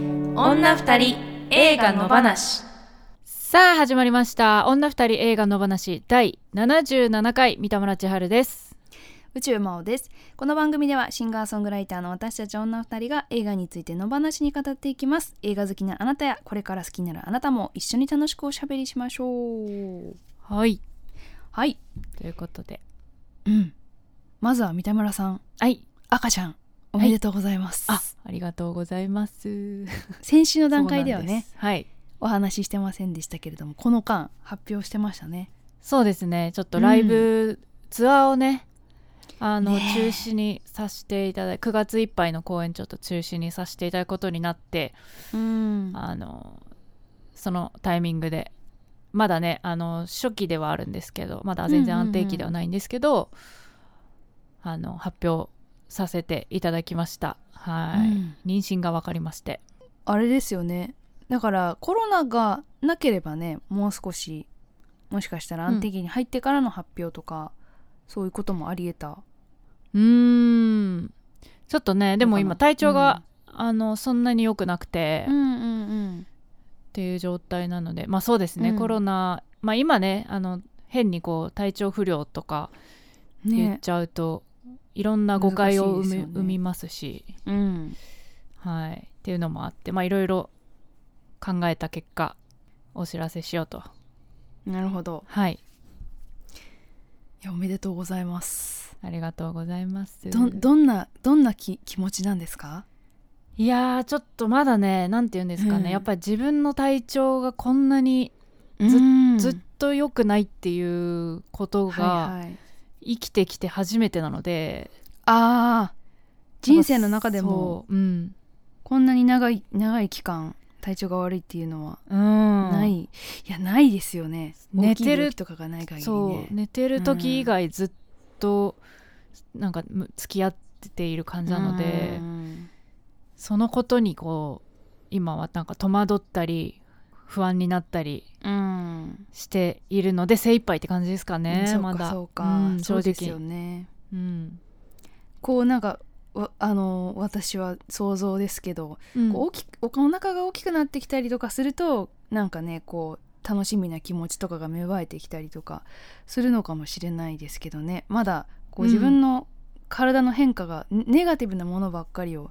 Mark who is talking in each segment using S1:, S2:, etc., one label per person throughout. S1: 女二人映画の話
S2: さあ始まりました女二人映画の話第77回三田村千春です
S3: 宇宙魔王ですこの番組ではシンガーソングライターの私たち女二人が映画について野放しに語っていきます映画好きなあなたやこれから好きになるあなたも一緒に楽しくおしゃべりしましょう
S2: はい
S3: はい
S2: ということで
S3: うんまずは三田村さん
S2: はい
S3: 赤ちゃんおめでとうございます、
S2: あありがとうございます
S3: 先週の段階ではね
S2: そうなんすはい
S3: お話ししてませんでしたけれどもこの間発表してましたね
S2: そうですねちょっとライブ、ツアーをねあの、
S3: ねえ
S2: 中止にさせていただい9月いっぱいの公演ちょっと中止にさせていただくことになって
S3: うん
S2: あのそのタイミングでまだねあの初期ではあるんですけどまだ全然安定期ではないんですけど、あの発表させていただきましたはい、
S3: うん
S2: 妊娠が分かりまして
S3: あれですよねだからコロナがなければねもう少しもしかしたら安定期に入ってからの発表とか、そういうこともありえた
S2: うーんちょっとねでも今
S3: だから
S2: 体調が、、あのそんなに良くなくて、
S3: うん、
S2: っ
S3: うんうんうん
S2: ていう状態なのでまあそうですね、
S3: うん
S2: コロナまあ今ねあの変にこう体調不良とか言っ
S3: ね
S2: ちゃうと、いろんな誤解を
S3: 難しいで
S2: 生
S3: す
S2: み,、
S3: よね
S2: 生みますし
S3: うん
S2: はい、っていうのもあってまあいろいろ考えた結果お知らせしようと
S3: なるほど
S2: はい
S3: いやおめでとうございます
S2: ありがとうございます
S3: どどんなどんなき気持ちなんですか
S2: いやーちょっとまだねなんて言うんですかね、
S3: うん
S2: やっぱり自分の体調がこんなに
S3: ず
S2: ずっと良くないっていうこと
S3: はい
S2: が
S3: はい、
S2: 生きてきて初めてなので、
S3: ああ人生の中でも
S2: そううん、
S3: こんなに長い長い期間体調が悪いっていうのは
S2: うん、
S3: ない、いやないですよね
S2: 寝
S3: 大き
S2: てる
S3: い病気とかがない限り
S2: そ
S3: ね
S2: う寝てる時以外ずっとなんかむ付き合っている感じなので、
S3: うん
S2: そのことにこう今はなんか戸惑ったり不安になったり
S3: うん
S2: しているので精一杯って感じですかね、
S3: そうか
S2: まだ
S3: そうか、
S2: うん
S3: そう
S2: 正直
S3: ですよね
S2: うん
S3: こうなんかわあの私は想像ですけど、
S2: うん
S3: こう大きくおお腹が大きくなってきたりとかするとなんかねこう楽しみな気持ちとかが芽生えてきたりとかするのかもしれないですけどねまだこう
S2: うん
S3: 自分の体の変化が、ねネガティブなものばっかりを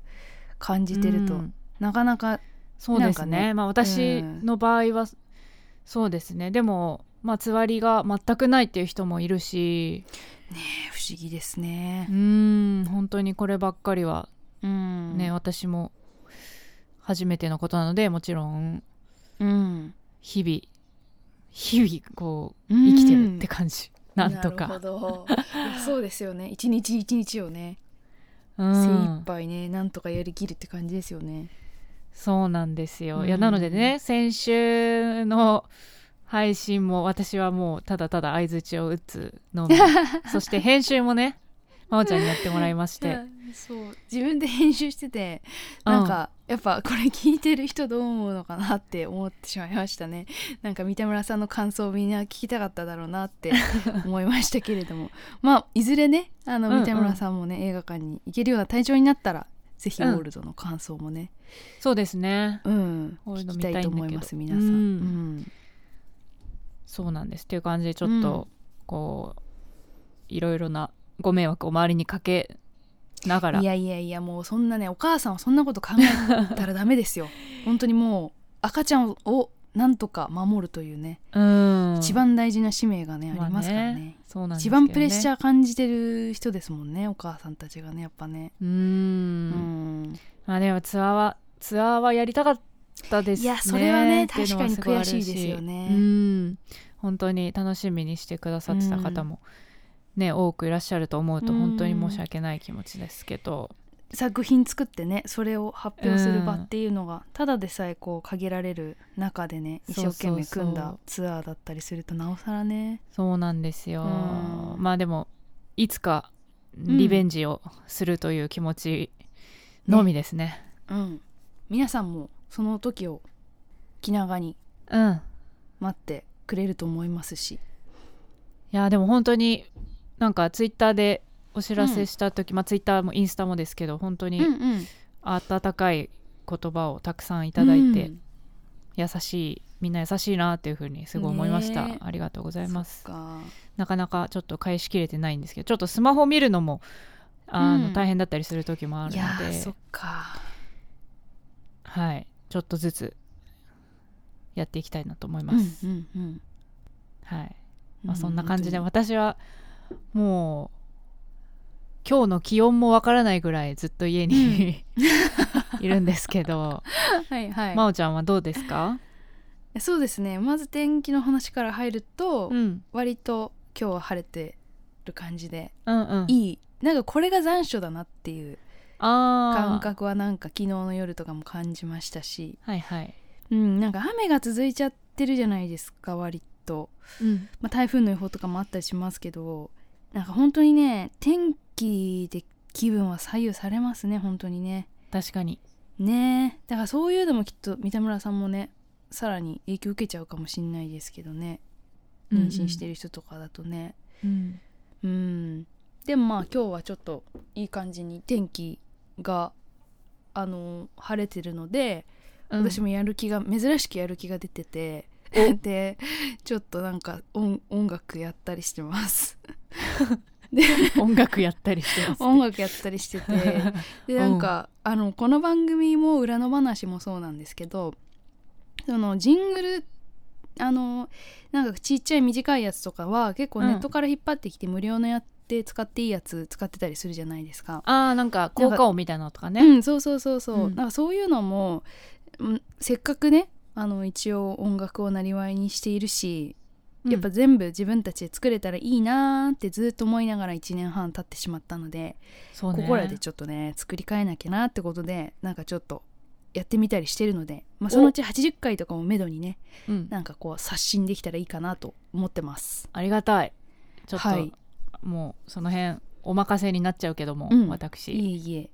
S3: 感じてると、
S2: うん
S3: なかなか
S2: そうです
S3: なん
S2: ね
S3: かね
S2: まあ私の場合はそうですねでもまあつわりが全くないっていう人もいるし
S3: ね不思議ですね
S2: う。ん本当にこればっかりは
S3: うん
S2: ね、私も初めてのことなのでもちろん
S3: うん、
S2: 日々日々こう
S3: 生
S2: 生きてるって感じ、なんと
S3: なるほ
S2: か。
S3: どいやそうですよね一日一日をね、
S2: うん
S3: 精一杯ねなんとかやりきるって感じですよね
S2: そうなんですよ。いや
S3: うん
S2: なのでね先週の配信も私はもうただただ相槌を打つの みそして編集もね真央ちゃんにやってもらいまし
S3: い
S2: て
S3: やそう自分で編集しててなんか、やっぱこれ聞いてる人どう思うのかなって思ってしまいましたねなんか三田村さんの感想をみんな聞きたかっただろうなって 思いましたけれどもまあいずれねあの
S2: うんうん
S3: 三田村さんもね、映画館に行けるような体調になったらぜひゴールドの感想もね、
S2: そうですね
S3: うん、
S2: こういうの
S3: 聞
S2: 見
S3: き
S2: たいん
S3: た
S2: だ
S3: い
S2: け
S3: と
S2: ど
S3: 思います皆さん、
S2: うん
S3: うん、
S2: そうなんですっていう感じでちょっとこう、いろいろなご迷惑を周りにかけながら
S3: いやいやいやもうそんなねお母さんはそんなこと考えたらダメですよ 本当にもう赤ちゃんをなんとか守るというね、
S2: うん
S3: 一番大事な使命がね、ありますからね,、
S2: そうなんで
S3: 一
S2: すけどね
S3: 番プレッシャー感じてる人ですもんねお母さんたちがねやっぱね
S2: うー、
S3: うんん、
S2: まあでもツアーはツアーはやりたかったですね
S3: いやそれはね
S2: っていうのはすごある
S3: 確かに悔しいですよね
S2: うん本当に楽しみにしてくださってた方も、ね多くいらっしゃると思うと
S3: うん
S2: 本当に申し訳ない気持ちですけど、
S3: 作品作ってねそれを発表する場っていうのが、ただでさえこう限られる中でね一生懸命組ん
S2: そうそう
S3: だツアーだったりするとなおさらね
S2: そうなんですよ
S3: うん
S2: まあでもいつかリベンジをするという気持ちのみですね
S3: うん皆さんもその時を気長に
S2: うん
S3: 待ってくれると思いますし
S2: いやでも本当になんかツイッターでお知らせした時、まあツイッターもインスタもですけど本当に
S3: うん
S2: 温かい言葉をたくさんいただいて、
S3: うん
S2: 優しいみんな優しいなっていうふうにすごい思いました、
S3: ねえ
S2: ありがとうございます
S3: そっか
S2: なかなかちょっと返しきれてないんですけどちょっとスマホ見るのもあの、
S3: うん
S2: 大変だったりする時もある
S3: い
S2: の
S3: やー
S2: で
S3: そっか
S2: はい、ちょっとずつやっていきたいなと思います、
S3: うんうんうん
S2: はいまあ、そんな
S3: う
S2: 感じで
S3: 本
S2: 私はもう今日の気温もわからないぐらいずっと家に いるんですけど、
S3: 当に はいはい、
S2: まおちゃんはどうですか、
S3: そうですねまず天気の話から入ると、
S2: うん、
S3: 割と今日は晴れてる感じで、
S2: うんうん
S3: いいなんかこれが残暑だなっていう感
S2: ああ
S3: 覚はなんか昨日の夜とかも感じましたし、
S2: はいはい、
S3: うん、なんか雨が続いちゃってるじゃないですか割と、
S2: うん、
S3: まあ、台風の予報とかもあったりしますけどなんか本当にね天気で気分は左右されますね本当にね
S2: 確かに
S3: ねえだからそういうのもきっと三田村さんもねさらに影響受けちゃうかもしんないですけどね妊娠して
S2: る、
S3: る人とかだとね、
S2: うん
S3: うんでもまあ今日はちょっといい感じに天気があの晴れてるので、
S2: うん
S3: 私もやる気が珍しくやる気が出てて でちょっとなんか音音楽やったりしてます
S2: 音楽やったりしてま す、
S3: 音楽やったりしてて でなんか、あのこの番組も裏の話もそうなんですけどそのジングルあのなんかちっちゃい短いやつとかは結構ネットから引っ張ってきて無料のやって使っていいやつ使ってたりするじゃないですか。
S2: ああなんか効果音みたいなのとかね
S3: うん、そうそうそうそう、
S2: うん
S3: なんかそういうのも、うん、せっかくねあの一応音楽をなりわいにしているし、
S2: うん
S3: やっぱ全部自分たちで作れたらいいなーってずっと思いながら1年半経ってしまったので、
S2: そう
S3: こ
S2: ね
S3: こらでちょっとね作り変えなきゃなってことでなんかちょっとやってみたりしてるので、まあ、そのうち80回とかもめどにね
S2: うん
S3: なんかこう刷新できたらいいかなと思ってます。
S2: ありがたいちょっと、
S3: はい
S2: もうその辺お任せになっちゃうけども、
S3: うん
S2: 私
S3: いえいえ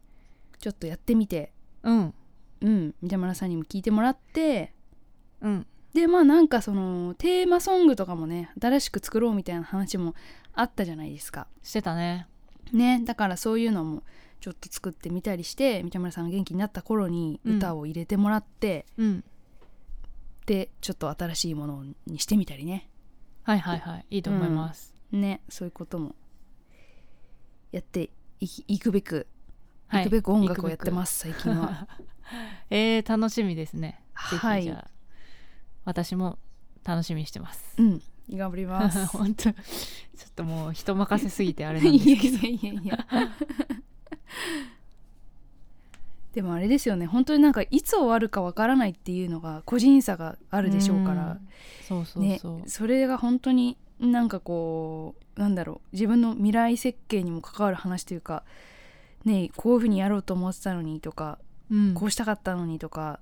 S3: ちょっとやってみて
S2: うん
S3: うん三田村さんにも聞いてもらって
S2: うん
S3: でまあなんかそのテーマソングとかもね新しく作ろうみたいな話もあったじゃないですか
S2: してたね
S3: ねだからそういうのもちょっと作ってみたりして三田村さんが元気になった頃に
S2: うん
S3: 歌を入れてもらって、
S2: うん
S3: でちょっと新しいものにしてみたりね
S2: はいはいはいいいと思います、
S3: ねそういうこともやっていきいくべく、、
S2: はいい
S3: くべく音楽をやってます最近 は
S2: えー、楽しみですねぜひ
S3: はい
S2: じゃあ私も楽しみにしてます
S3: うん頑張ります
S2: 本当ちょっともう人任せすぎてあれなんです
S3: い
S2: け
S3: やいやいやいや でもあれですよね本当になんかいつ終わるかわからないっていうのが個人差があ
S2: ど
S3: るでしょうから
S2: んそうそう
S3: ね
S2: そう、
S3: それが本当になんかこうなんだろう自分の未来設計にも関わる話というかねこういうふうにやろうと思ってたのにとか
S2: うん
S3: こうしたかったのにとか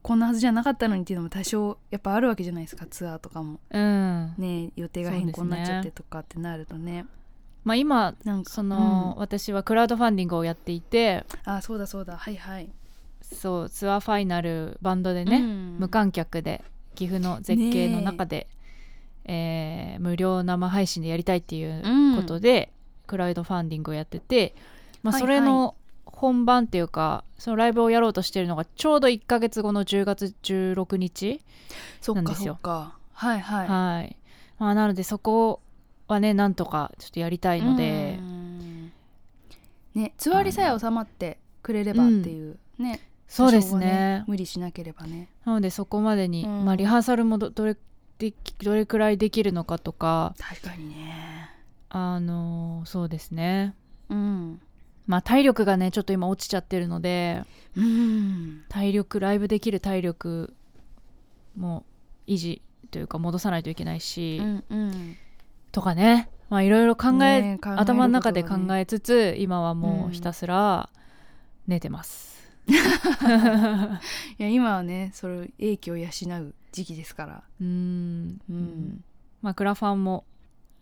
S3: こんなはずじゃなかったのにっていうのも多少やっぱあるわけじゃないですかツアーとかも
S2: うん
S3: ね予定が変更になっちゃっ
S2: そうです
S3: て
S2: ね
S3: とかってなるとね
S2: まあ今
S3: なんか
S2: その、私はクラウドファンディングをやっていて
S3: うんあそうだそうだはいはい
S2: そうツアーファイナルバンドでね、
S3: うん
S2: 無観客で岐阜の絶景の中で、えー無料生配信でやりたいっていうことで、クラウドファンディングをやってて、まあ、
S3: はい
S2: そ
S3: はい
S2: れの本番っていうか、そのライブをやろうとしてるのがちょうど1ヶ月後の10月16日、
S3: そ
S2: な
S3: っ
S2: んで
S3: か
S2: す
S3: そ
S2: よ
S3: っかはいはい
S2: はいまあ、なのでそこはねなんとかちょっとやりたいので
S3: う、んねつわりさえ収まってくれればっていうね
S2: そうです
S3: 多少は
S2: ね
S3: 無理しなければね
S2: なのでそこまでに、
S3: うん
S2: まあ、リハーサルもどどれできどれくらいできるのかとか
S3: 確かにね
S2: あのーそうですね
S3: うん
S2: まあ体力がねちょっと今落ちちゃってるので
S3: うん
S2: 体力ライブできる体力も維持というか戻さないといけないし、
S3: うんうん
S2: とかねまあいろいろ考え,、
S3: ねえ考えることがね
S2: 頭の中で考えつつ今はもうひたすら寝てます、
S3: いや今はねそれ英気を養う時期ですから
S2: うーん
S3: うん
S2: まあクラファンも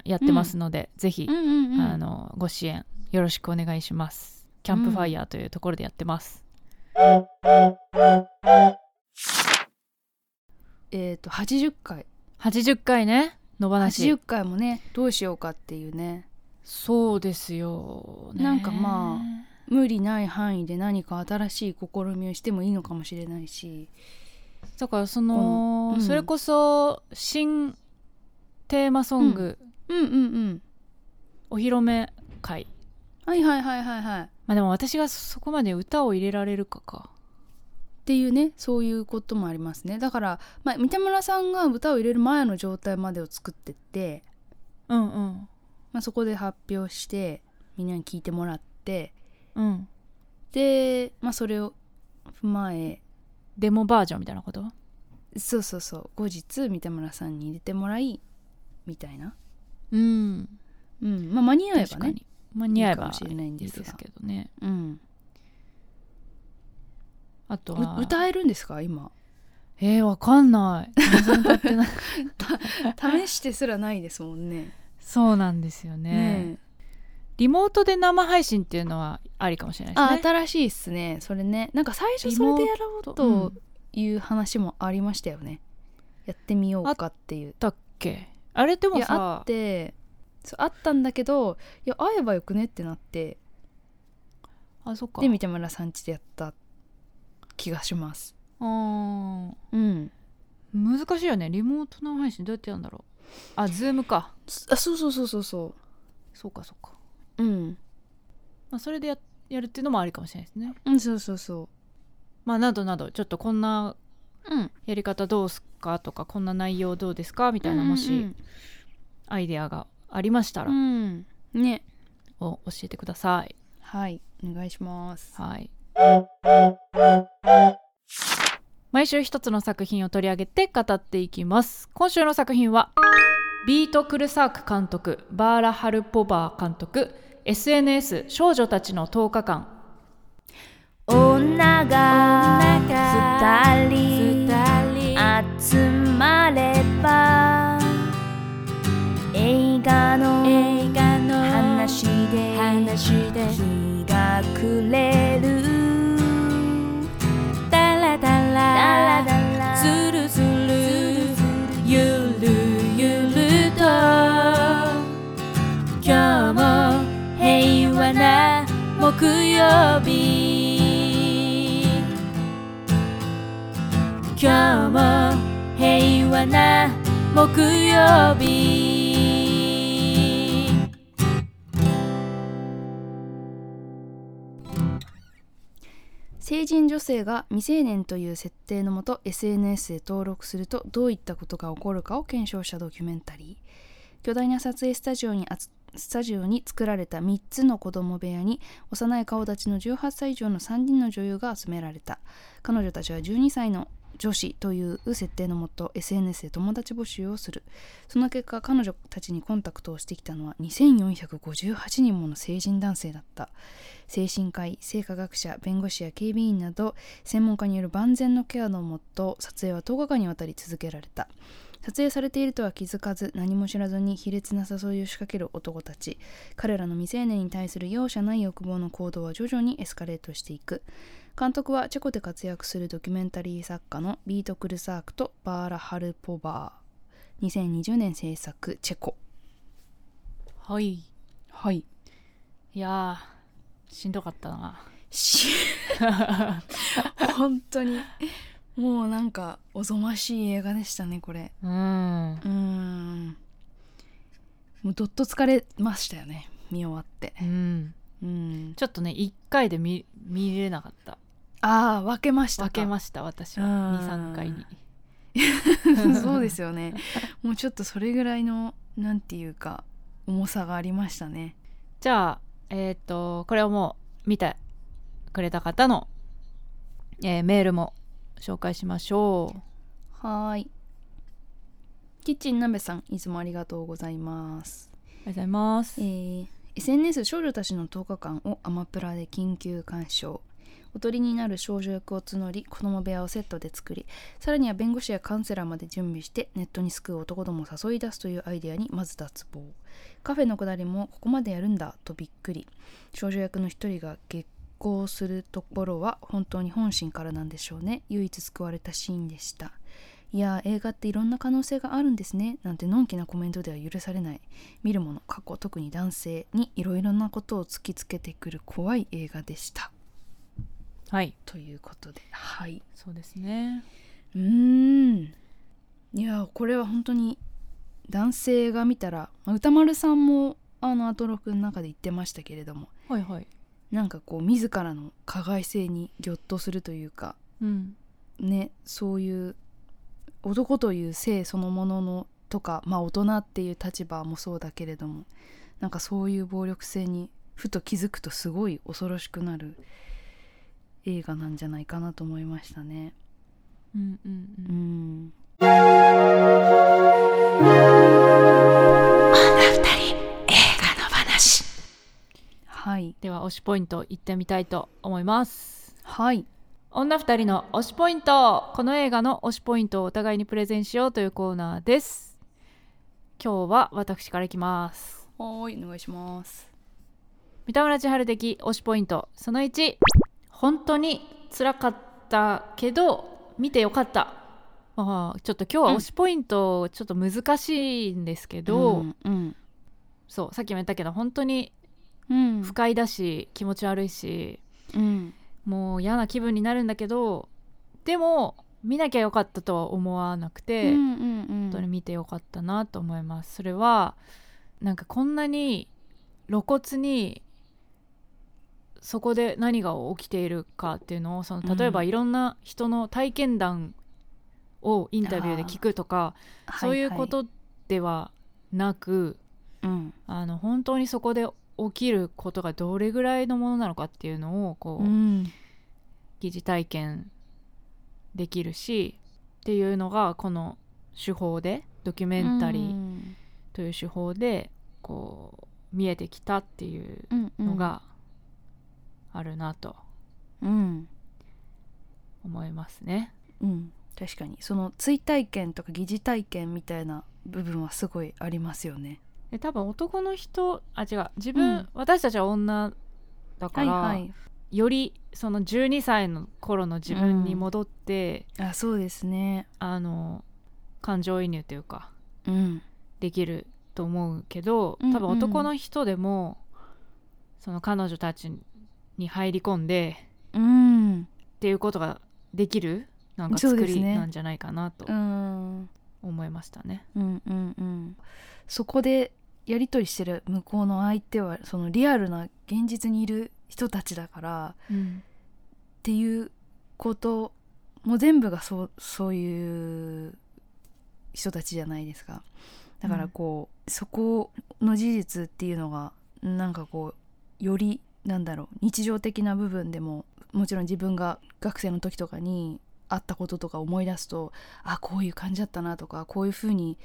S2: やってますので、ぜひ、
S3: んうん
S2: あのご支援よろしくお願いしますキャンプファイヤーというところでやってます、
S3: えっと80回
S2: 80回ね野放し
S3: 80回もねどうしようかっていうね
S2: そうですよ、ね、
S3: なんかまあ無理ない範囲で何か新しい試みをしてもいいのかもしれないし
S2: だからその、
S3: うん
S2: それこそ新テーマソング、
S3: うんうんうん
S2: お披露目会
S3: はいはいはいはいはいっ
S2: まあでも私がそこまで歌を入れられるかか
S3: ていうねそういうこともありますねだから、まあ、三田村さんが歌を入れる前の状態までを作ってって、
S2: うんうん
S3: まあ、そこで発表してみんなに聞いてもらって
S2: うん
S3: で、まあ、それを踏まえ
S2: デモバージョンみたいなこと
S3: そうそうそう後日三田村さんに入れてもらいみたいな、
S2: うん
S3: うんまあ、間に合え
S2: 確
S3: ば
S2: か
S3: ね
S2: に間に合えば
S3: いいかもしれないんですが
S2: いいけどね
S3: うん、
S2: あとは
S3: う歌えるんですか今
S2: えー、わかんない全 然歌ってない
S3: 試してすらないですもんね
S2: そうなんですよね
S3: ね
S2: リモートで生配信っていうのはありかもしれないです
S3: あ
S2: ね
S3: 新しいっすねそれねなんか最初それでやろう
S2: リモートう
S3: と
S2: ん
S3: いう話もありましたよね、やってみようかっていう
S2: だっけあれで
S3: い
S2: も
S3: やあ
S2: さ
S3: ってそうあったんだけどいや会えばよくねってなって
S2: あそっか
S3: で三田村さんちでやった気がします
S2: あー
S3: うん
S2: 難しいよねリモート生配信どうやってやるんだろうあズームか
S3: あそうそうそうそうそ
S2: そうかそうか、
S3: ううん
S2: まあ、それでややるっていうのもありかもしれないですね
S3: うんそうそうそ
S2: まあなどなどちょっとこんな
S3: ううんみ
S2: やり方どうすかとかこんな内容どうですかみたいなもしアイデアがありました
S3: う
S2: ら
S3: ん、うんね
S2: を教えてください、
S3: はいお願いします
S2: はい毎週一つの作品を取り上げて語っていきます今週の作品はビート・クルサーク監督バーラ・ハルポバー監督 SNS 少女たちの10日間
S1: 女が二人集まれば映画の話で日が暮れるダラダラズルズルゆるゆると今日も平和な木曜日今日も平和な木曜日
S3: 成人女性が未成年という設定のもと SNS で登録するとどういったことが起こるかを検証したドキュメンタリー巨大な撮影スタジオにあつスタジオに作られた3つの子供部屋に幼い顔立ちの18歳以上の3人の女優が集められた彼女たちは12歳の女子という設定のもと SNS で友達募集をするその結果彼女たちにコンタクトをしてきたのは2458人もの成人男性だった精神科医性科学者弁護士や警備員など専門家による万全のケアのもと撮影は10日間にわたり続けられた撮影されているとは気づかず何も知らずに卑劣な誘いを仕掛ける男たち彼らの未成年に対する容赦ない欲望の行動は徐々にエスカレートしていく監督はチェコで活躍するドキュメンタリー作家のビート・クルサークとバーラ・ハルポバー2020年制作チェコ
S2: はいい
S3: はい
S2: やーしんどかったな
S3: し 本当にもうなんかおぞましい映画でしたねこれ
S2: うん
S3: うーんもうどっと疲れましたよね見終わって
S2: うん
S3: うん
S2: ちょっとね1回で見見れなかった
S3: ああ分けました
S2: 分け
S3: し
S2: ました私は
S3: うん
S2: 23回に
S3: そうですよねもうちょっとそれぐらいのなんていうか重さがありましたね
S2: じゃあえっ、とこれをもう見てくれた方の、えーメールも紹介しましょう
S3: はーいキッチン鍋さんいつもありがとうございます
S2: ありがとうございます
S3: えー SNS 少女たちの10日間をアマプラで緊急鑑賞おとりになる少女役を募り子供部屋をセットで作りさらには弁護士やカウンセラーまで準備してネットに救う男どもを誘い出すというアイデアにまず脱帽カフェのくだりもここまでやるんだとびっくり少女役の一人が激高するところは本当に本心からなんでしょうね唯一救われたシーンでしたいやー映画っていろんな可能性があるんですねなんてのんきなコメントでは許されない見るもの過去特に男性にいろいろなことを突きつけてくる怖い映画でした
S2: はい
S3: ということではい
S2: そうですね
S3: うーんいやーこれは本当に男性が見たらまあ歌丸さんもあのアトロクの中で言ってましたけれども
S2: はいはい
S3: なんかこう自らの加害性にぎょっとするというか
S2: うん
S3: ねそういう男という性そのもののとか、まあ、大人っていう立場もそうだけれどもなんかそういう暴力性にふと気づくとすごい恐ろしくなる映画なんじゃないかなと思いましたね。
S2: うんうん
S3: う
S2: う
S3: んんはい
S2: では推しポイント行ってみたいと思います
S3: はい
S2: 女二人の推しポイントこの映画の推しポイントをお互いにプレゼンしようというコーナーです今日は私からいきます
S3: はーいお願いします
S2: 三田村千春的推しポイントその1本当に辛かったけど見てよかったあーちょっと今日は推しポイントちょっと難しいんですけど、
S3: うんうん
S2: そうさっきも言ったけど本当に
S3: うん
S2: 不快だし気持ち悪いし
S3: うん
S2: もう嫌な気分になるんだけどでも見なきゃよかったとは思わなくて、
S3: うんうんうん
S2: 本当に見てよかったなと思いますそれはなんかこんなに露骨にそこで何が起きているかっていうのをその例えば
S3: うん
S2: いろんな人の体験談をインタビューで聞くとか、そういうこ、
S3: は
S2: とではなく、
S3: いはいうん
S2: あの本当にそこで起きることがどれぐらいのものなのかっていうのをこう、
S3: うん
S2: 疑似体験できるしっていうのがこの手法でドキュメンタリー、
S3: うん
S2: という手法でこう見えてきたっていう
S3: うんうん
S2: のがあるなと
S3: うん、
S2: 思いますね。
S3: うん、確かにその追体験とか疑似体験みたいな部分はすごいありますよね。
S2: で多分男の人あ違う自
S3: う
S2: 分、
S3: ん
S2: 私たちは女だから、
S3: はい
S2: よりその12歳の頃の自分に戻って、
S3: はい、あそうですね。
S2: あの感情移入というか
S3: うん、
S2: できると思うけど
S3: うん
S2: 多分男の人でも、その彼女たちに入り込んで
S3: うん、
S2: っていうことができるなんか
S3: そう
S2: 作
S3: です
S2: り
S3: ね
S2: なんじゃないかなと
S3: うん、うん、
S2: 思いましたね。
S3: うん、うん、そこでやり取りしてる向こうの相手はそのリアルな現実にいる人たちだからっていうことも全部がそうそういう人たちじゃないですかだからこう、そこの事実っていうのがなんかこうよりなんだろう日常的な部分でももちろん自分が学生の時とかにあったこととか思い出すとあこういう感じだったなとかこういうふうに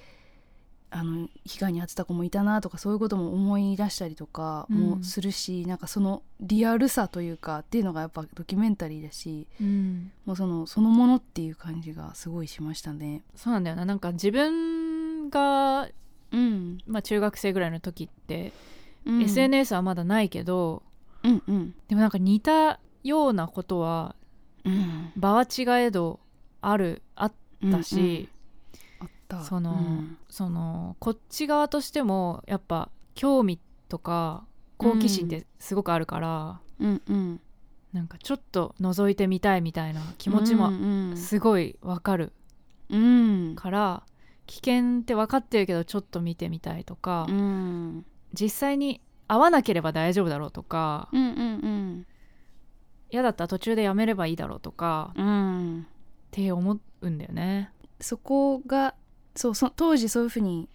S3: あの被害に遭ってた子もいたなとかそういうことも思い出したりとかもするし、なんかそのリアルさというかっていうのがやっぱドキュメンタリーだし
S2: うん
S3: もうそのそのものっていう感じがすごいしましたね。
S2: そうなんだよななんか自分が、
S3: うん
S2: まあ、中学生ぐらいの時って、
S3: うん
S2: SNS はまだないけど
S3: うんうん
S2: でもなんか似たようなことは
S3: うん
S2: 場は違えどあるあっ
S3: うん
S2: たし、
S3: うんあった
S2: その、
S3: うん
S2: そのこっち側としてもやっぱ興味とか好奇心ってすごくあるから、
S3: うんうん、
S2: なんかちょっと覗いてみたいみたいな気持ち
S3: う
S2: も
S3: ん
S2: すごいわかる
S3: うん
S2: から、危険って分かってるけどちょっと見てみたいとか。
S3: うん
S2: 実際に会わなければ大丈夫だろうとか
S3: うんうん
S2: 嫌だったら途中でやめればいいだろうとか
S3: うんうん
S2: って思うんだよね。
S3: そこがそうそ当時そういうふうに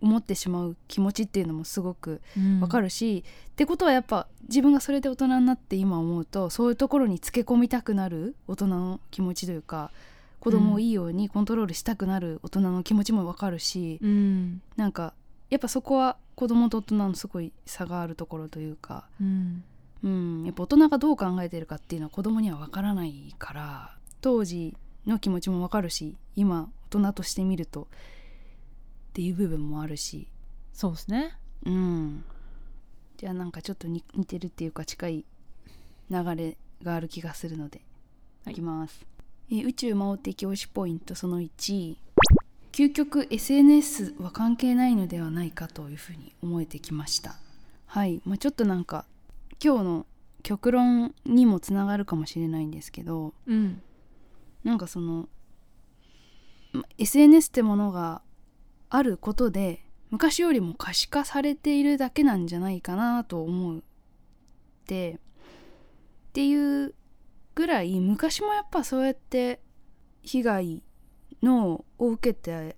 S3: 思ってしまう気持ちっていうのもすごくわか
S2: る
S3: るし、ってことはやっぱ自分がそれで大人になって今思うとそういうところにつけ込みたくなる大人の気持ちというか子供をいいようにコントロールしたくなる大人の気持ちもわかるし、
S2: うん、
S3: なんかやっぱそこは子供と大人のすごい差があるところというか、
S2: うん
S3: うん、やっぱ大人がどう考えてるかっていうのは子供にはわからないから当時の気持ちもわかるし今大人として見るとっていう部分もあるし
S2: そうですね。
S3: うん、じゃあなんかちょっとに似てるっていうか近い流れがある気がするので、
S2: は
S3: い、
S2: い
S3: きます。ええー宇宙魔王的推しポイントその1究極 SNS は関係ないのではないかというふうに思えてきましたはい、まあ、ちょっとなんか今日の極論にもつながるかもしれないんですけど
S2: うん
S3: なんかそのま SNS ってものがあることで昔よりも可視化されているだけなんじゃないかなと思うってっていうぐらい昔もやっぱそうやって被害のを受けて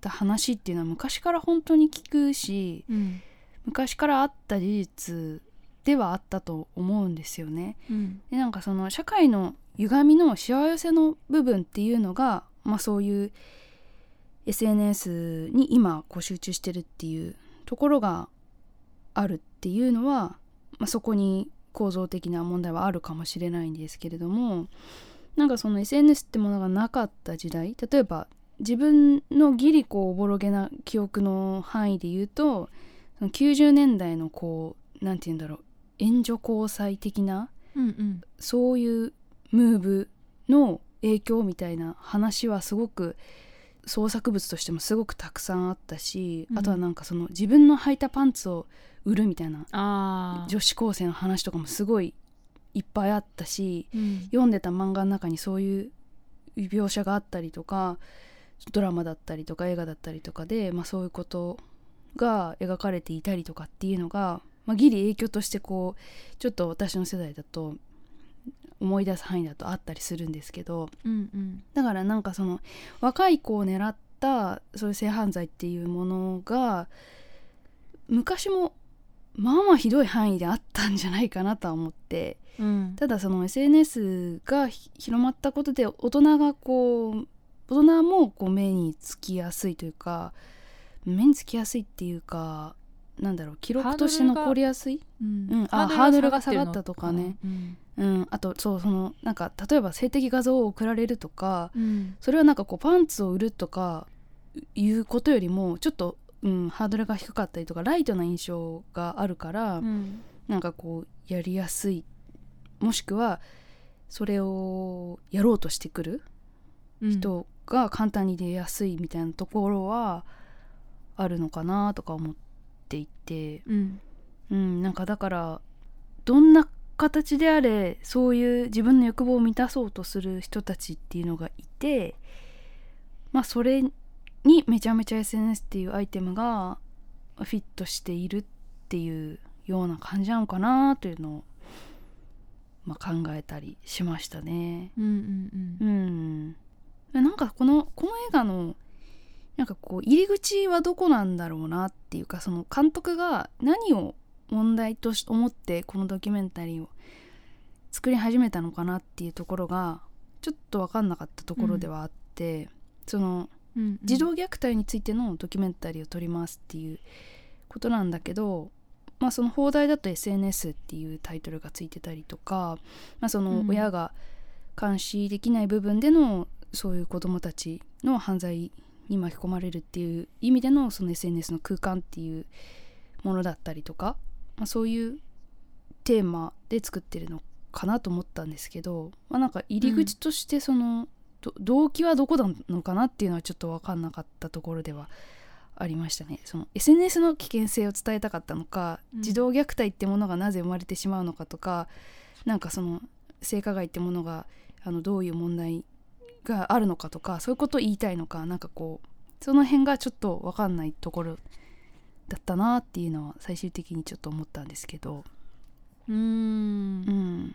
S3: た話っていうのは昔から本当に聞くし
S2: うん
S3: 昔からあった事実ではあったと思うんですよね。
S2: うん
S3: でなんかその社会の歪みのしわ寄せの部分っていうのが、まあ、そういう SNS に今こう集中してるっていうところがあるっていうのは、まあ、そこに構造的な問題はあるかもしれないんですけれどもなんかその SNS ってものがなかった時代例えば自分のギリこうおぼろげな記憶の範囲で言うとその90年代のこうなんて言うんだろう援助交際的な
S2: うんうん
S3: そういうムーブの影響みたいな話はすごく創作物としてもすごくたくさんあったし、
S2: うん
S3: あとはなんかその自分の履いたパンツを売るみたいな
S2: ああ
S3: 女子高生の話とかもすごいいっぱいあったし
S2: うん
S3: 読んでた漫画の中にそういう描写があったりとかドラマだったりとか映画だったりとかで、まあ、そういうことが描かれていたりとかっていうのが、まあ、ギリ影響としてこうちょっと私の世代だと思い出す範囲だとあったりするんですけど
S2: うんうん
S3: だからなんかその若い子を狙ったそういう性犯罪っていうものが昔もまあまあひどい範囲であったんじゃないかなとは思って
S2: うん
S3: ただその SNS がひ広まったことで大人がこう大人もこう目につきやすいというか目につきやすいっていうかなんだろう記録として
S2: ハードルが
S3: 残りやすい、
S2: うん
S3: あハードルが下がったとかね
S2: うん
S3: うん、あとそうそのなんか例えば性的画像を送られるとか
S2: うん
S3: それはなんかこうパンツを売るとかいうことよりもちょっと、うん、ハードルが低かったりとかライトな印象があるから、
S2: うん
S3: なんかこうやりやすいもしくはそれをやろうとしてくる
S2: うん
S3: 人が簡単に出やすいみたいなところはあるのかなとか思っていて、
S2: うん
S3: うん、なんかだからどんな形であれそういう自分の欲望を満たそうとする人たちっていうのがいてまあそれにめちゃめちゃ SNS っていうアイテムがフィットしているっていうような感じなのかなというのを、まあ、考えたりしましたね。
S2: うんうん
S3: うん、なんかこのこの映画のなんかこう入り口はどこなんだろうなっていうかその監督が何を問題とし思ってこのドキュメンタリーを作り始めたのかなっていうところがちょっと分かんなかったところではあって、その
S2: うん
S3: 児童虐待についてのドキュメンタリーを撮りますっていうことなんだけど、まあ、その放題だと SNS っていうタイトルがついてたりとか、まあ、その
S2: うん
S3: 親が監視できない部分でのそういう子どもたちの犯罪に巻き込まれるっていう意味でのその SNS の空間っていうものだったりとか、まあ、そういうテーマで作ってるのかなと思ったんですけど、まあ、なんか入り口としてその、ど動機はどこなのかなっていうのはちょっと分かんなかったところではありましたねその SNS の危険性を伝えたかったのか、
S2: うん
S3: 児童虐待ってものがなぜ生まれてしまうのかとかなんかその性加害ってものがあのどういう問題があるのかとかそういうことを言いたいのかなんかこうその辺がちょっと分かんないところだったなっていうのは最終的にちょっと思ったんですけど、
S2: うーん
S3: うん、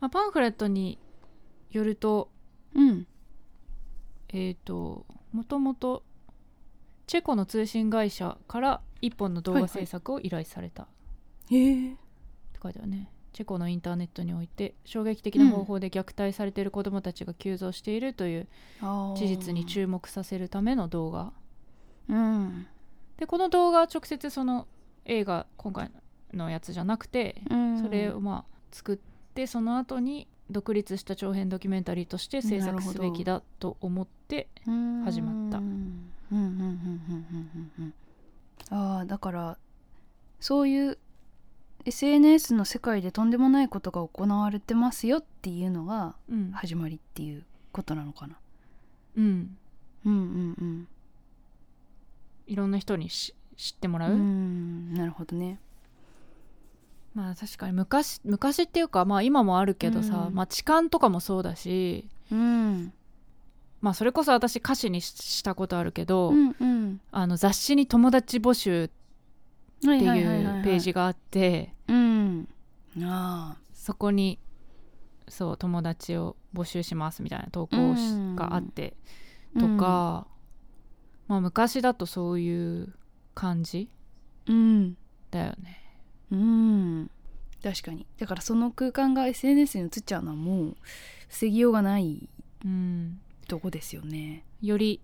S2: まあパンフレットによると
S3: うん、
S2: えー、ともともとチェコの通信会社から一本の動
S3: は
S2: 画
S3: いはい
S2: 制作を依頼されたっ
S3: へえ
S2: て書いてあるね、チェコのインターネットにおいて衝撃的な方法で虐待されている子どもたちが急増しているという事実に注目させるための動画
S3: うん
S2: でこの動画は直接その映画今回のやつじゃなくて
S3: うん、
S2: それをまあ作ってその後に独立した長編ドキュメンタリーとして制
S3: なる
S2: 作
S3: ほど
S2: すべきだと思って
S3: 始
S2: まった
S3: うんうんうんうんうんうんうんああだからそういう SNS の世界でとんでもないことが行われてますよっていうのが
S2: うん
S3: 始まりっていうことなのかな
S2: うん
S3: うんうん
S2: いろんな人にし知っても
S3: う
S2: ら
S3: ん
S2: う、
S3: うんなるほどね
S2: まあ確かに昔昔っていうかまあ今もあるけどさ、
S3: うん
S2: まあ痴漢とかもそうだし
S3: うん
S2: まあそれこそ私歌詞にししたことあるけど、
S3: うんうん
S2: あの雑誌に友達募集
S3: は
S2: って
S3: い
S2: い
S3: はいはいはいは
S2: う
S3: い
S2: ページがあって、
S3: うんあ
S2: そこにそう友達を募集しますみたいな投稿し
S3: うん
S2: があって
S3: あ
S2: とか、まあ昔だとそういう感じ
S3: うん
S2: だよね
S3: うん確かにだからその空間が SNS に移っちゃうのはもう防ぎようがない
S2: うん
S3: とこですよね
S2: より、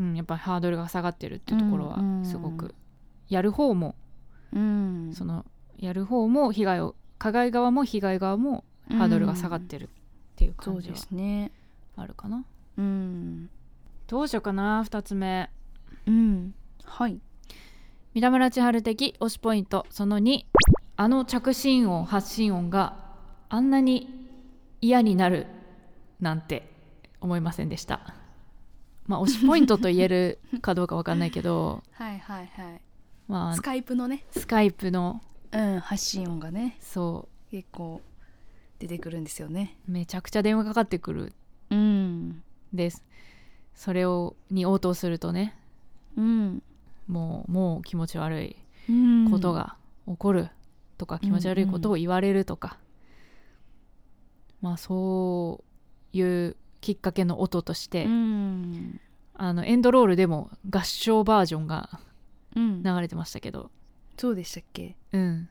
S2: うん、やっぱハードルが下がってるっていうところは
S3: うんうん
S2: すごくやる方も
S3: うん
S2: そのやる方も被害を加害側も被害側もハードルが下がってるっていう
S3: そ
S2: 感
S3: う
S2: じ
S3: で
S2: は
S3: すね
S2: あるかな、
S3: うん
S2: どうしようかな2つ目
S3: うんはい
S2: 三田村千春的推しポイントその2あの着信音発信音があんなに嫌になるなんて思いませんでしたまあ推しポイントと言えるかどうかわかんないけど
S3: はいはいはい
S2: まあ
S3: スカイプのね、
S2: スカイプの
S3: うん、発信音がね
S2: そ
S3: 結構出てくるんですよね
S2: うめちゃくちゃ電話かかってくる
S3: うん
S2: ですそれをに応答するとね
S3: うん
S2: もうもう気持ち悪い
S3: うん
S2: ことが起こるとか、気持ち悪いことを言われるとか、まあそういうきっかけの音として、
S3: うん
S2: あのエンドロールでも合唱バージョンが
S3: うん
S2: 流れてましたけど
S3: そうでしたっけ
S2: うん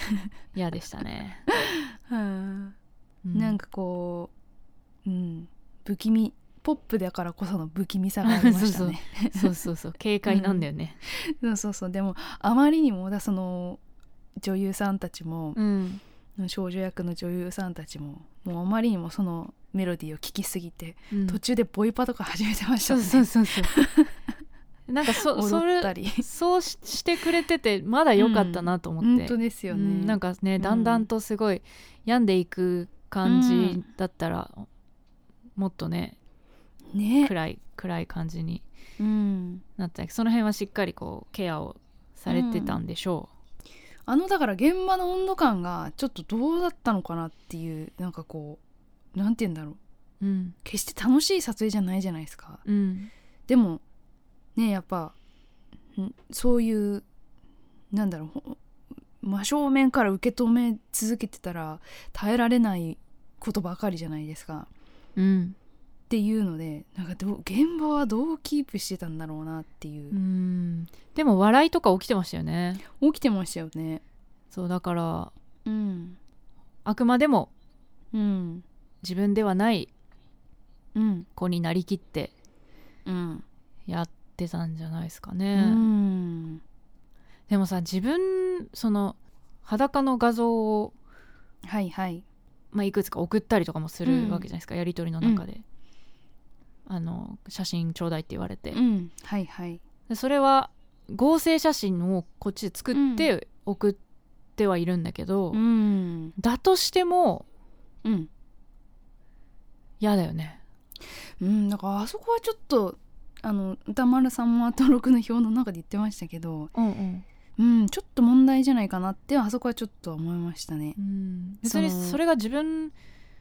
S2: 嫌でしたね、
S3: うん
S2: う
S3: なんかこううん不気味ポップだからこその不気味さがありましたね
S2: そうそうそう警戒なんだよね
S3: そうそうそうでもあまりにもだその女優さんたちも
S2: う、ん
S3: 少女役の女優さんたちももうあまりにもそのメロディーを聴きすぎて、
S2: うん
S3: 途中でボイパとか始めてました
S2: そう
S3: ね
S2: そうそうそうなんかそそ
S3: 踊った
S2: れ
S3: り
S2: そうししてくれててまだ良かったなと思って、
S3: 本当ですよね、
S2: うんなんかね
S3: ん
S2: だんだんとすごい病んでいく感じだったら、もっとね
S3: ね
S2: 暗い暗い感じに
S3: うん、
S2: なったりその辺はしっかりこうケアをされてたんでしょ
S3: あのだから現場の温度感がちょっとどうだったのかなっていうなんかこうなんて言うんだろう
S2: う、うん
S3: 決して楽しい撮影じゃないじゃないですか
S2: うん
S3: でもねやっぱんそういうなんだろうほ真正面から受け止め続けてたら耐えられないことばかりじゃないですか
S2: うん
S3: っていうのでなんかどう現場はどうキープしてたんだろうなっていう、
S2: でも笑いとか起きてましたよね
S3: 起きてましたよね
S2: そうだから
S3: うん
S2: あくまでも
S3: うん
S2: 自分ではない
S3: うん
S2: 子になりきって
S3: うん
S2: やってたんじゃないですか
S3: う
S2: ね、
S3: ん
S2: でもさ自分その裸の画像を
S3: はいはい
S2: まあ、いくつか送ったりとかもするわけじゃないですか、やり取りの中で、あの写真ちょうだいって言われて、
S3: うんはいはい
S2: でそれは合成写真をこっちで作って送ってはいるんだけど、
S3: うん
S2: だとしても
S3: うん
S2: 嫌だよね
S3: うん、だからあそこはちょっとあの歌丸さんもアトロクの表の中で言ってましたけど、
S2: うんうん
S3: うん、ちょっと問題じゃないかなってあそこはちょっと思いましたね。
S2: 別に
S3: その
S2: それが自分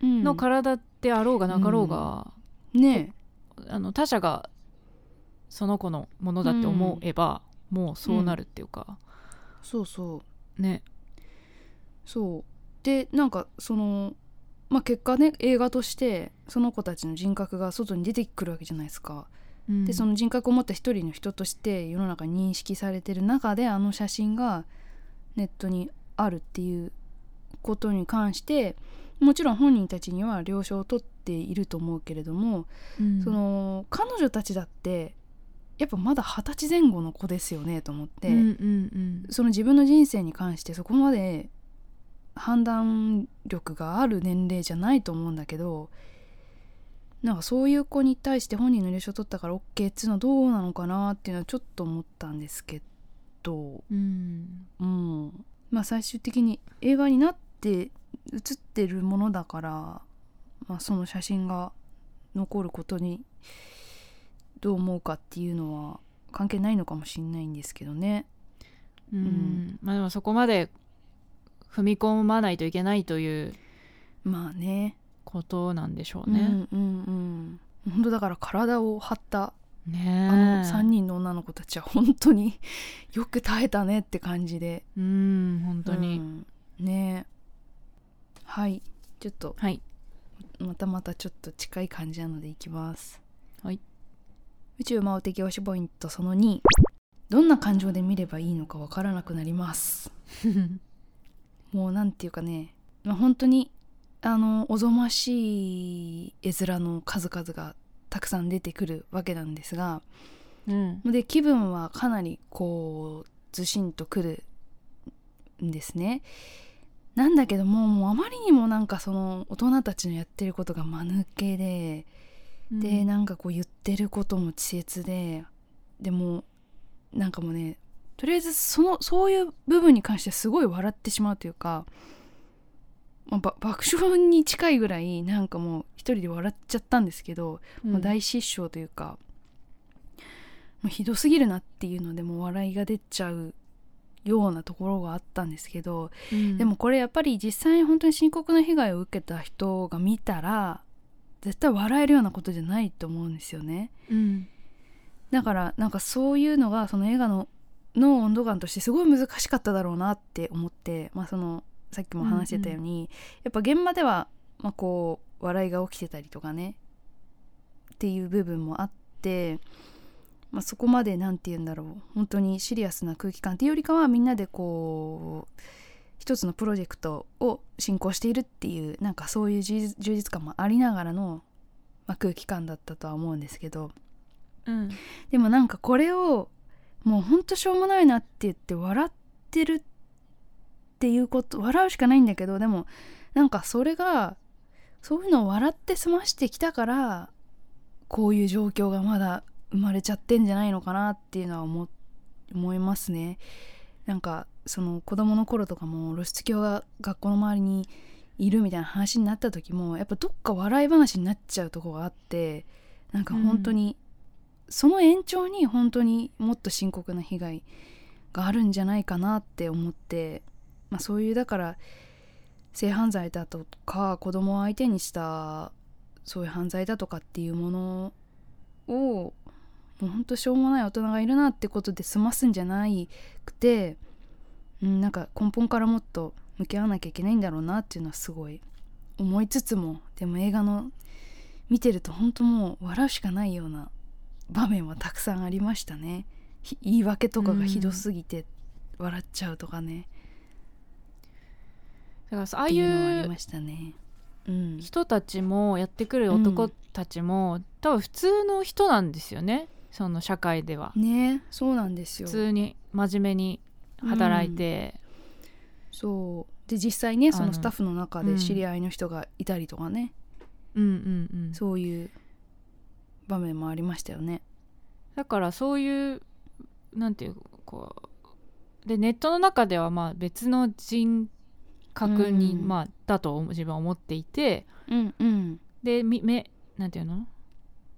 S3: うん
S2: の体であろうがなかろうが、
S3: ね
S2: あの他者がその子のものだって思えば、もうそうなるっていうか、
S3: えそうそう
S2: ね
S3: そうでなんかその、まあ、結果ね映画としてその子たちの人格が外に出てくるわけじゃないですか。でそ
S2: の
S3: の人格を持った一人の人として世の中に認識されてる中であの写真がネットにあるっていうことに関してもちろん本人たちには了承を取っていると思うけれども、その彼女たちだってやっぱまだ二十歳前後の子ですよねと思って、
S2: うんうん
S3: その自分の人生に関してそこまで判断力がある年齢じゃないと思うんだけどなんかそういう子に対して本人の了承取ったから OK っつうのはどうなのかなっていうのはちょっと思ったんですけど、
S2: うんうん
S3: うん、まあ最終的に映画になって写ってるものだから、まあ、その写真が残ることにどう思うかっていうのは関係ないのかもしれないんですけどね。
S2: うんんまあ、でもそこまで踏み込まないといけないという
S3: まあね。
S2: ことなんでしょうね。
S3: うんうんうん。本当だから体を張った
S2: ねえ
S3: あの3人の女の子たちは本当に よく耐えたねって感じで
S2: うん本当に、
S3: うんねはいちょっと
S2: はい
S3: またまたちょっと近い感じなのでいきます
S2: はい
S3: 宇宙魔王的推しポイントその2どんな感情で見ればいいのかわからなくなります もうなんていうかね、まあ、本当にあのおぞましい絵面の数々がたくさん出てくるわけなんですが
S2: うん
S3: で気分はかなりこうずしんとくるんですね。なんだけどももうあまりにもなんかその大人たちのやってることが間抜けで、でなんかこう言ってることも稚拙ででもなんかもうねとりあえずそのそういう部分に関してすごい笑ってしまうというか、まあば爆笑に近いぐらいなんかもう一人で笑っちゃったんですけど、もう大失笑というか、もうひどすぎるなっていうのでもう笑いが出ちゃうようなところがあったんですけど、
S2: うん
S3: でもこれやっぱり実際に本当に深刻な被害を受けた人が見たら絶対笑えるようなことじゃないと思うんですよね
S2: うん
S3: だからなんかそういうのがその映画のの温度感としてすごい難しかっただろうなって思って、まあ、そのさっきも話してたように、やっぱ現場では、まあ、こう笑いが起きてたりとかねっていう部分もあって、まあ、そこまでなんて言うんだろう本当にシリアスな空気感っていうよりかはみんなでこう一つのプロジェクトを進行しているっていうなんかそういう充実充実感もありながらの、まあ、空気感だったとは思うんですけど。
S2: うん
S3: でもなんかこれをもうほんとしょうもないなって言って笑ってるっていうこと笑うしかないんだけどでもなんかそれがそういうのを笑って済ましてきたからこういう状況がまだ生まれちゃってんじゃないのかなっていうのは思思いますね。なんかその子供の頃とかも露出狂が学校の周りにいるみたいな話になった時もやっぱどっか笑い話になっちゃうとこがあってなんか本当に、その延長に本当にもっと深刻な被害があるんじゃないかなって思って、まあ、そういうだから性犯罪だとか子供を相手にしたそういう犯罪だとかっていうものをもうほんとしょうもない大人がいるなってことで済ますんじゃないくて、うん、なんか根本からもっと向き合わなきゃいけないんだろうなっていうのはすごい思いつつもでも映画の見てると本当もう笑うしかないような場面はたくさんありましたねひ言い訳とかがひどすぎて笑っちゃうとかね、
S2: だからさああ
S3: って
S2: い
S3: いうのはあり
S2: う
S3: ましたね。うん、
S2: 人たちもやってくる男たちも、多分普通の人なんですよねその社会では、
S3: ねそうなんですよ
S2: 普通に真面目に働いて、
S3: そうで実際ねそ
S2: あ
S3: の
S2: の
S3: スタッフの中で知り合いの人がいたりとかね、
S2: うん、うんうん
S3: そういう場面もありましたよね。
S2: だからそういうなんていうかこうでネットの中ではまあ別の人格に、
S3: うん
S2: まあ、だと自分は思っていて
S3: うんうん
S2: でみ目なんていうの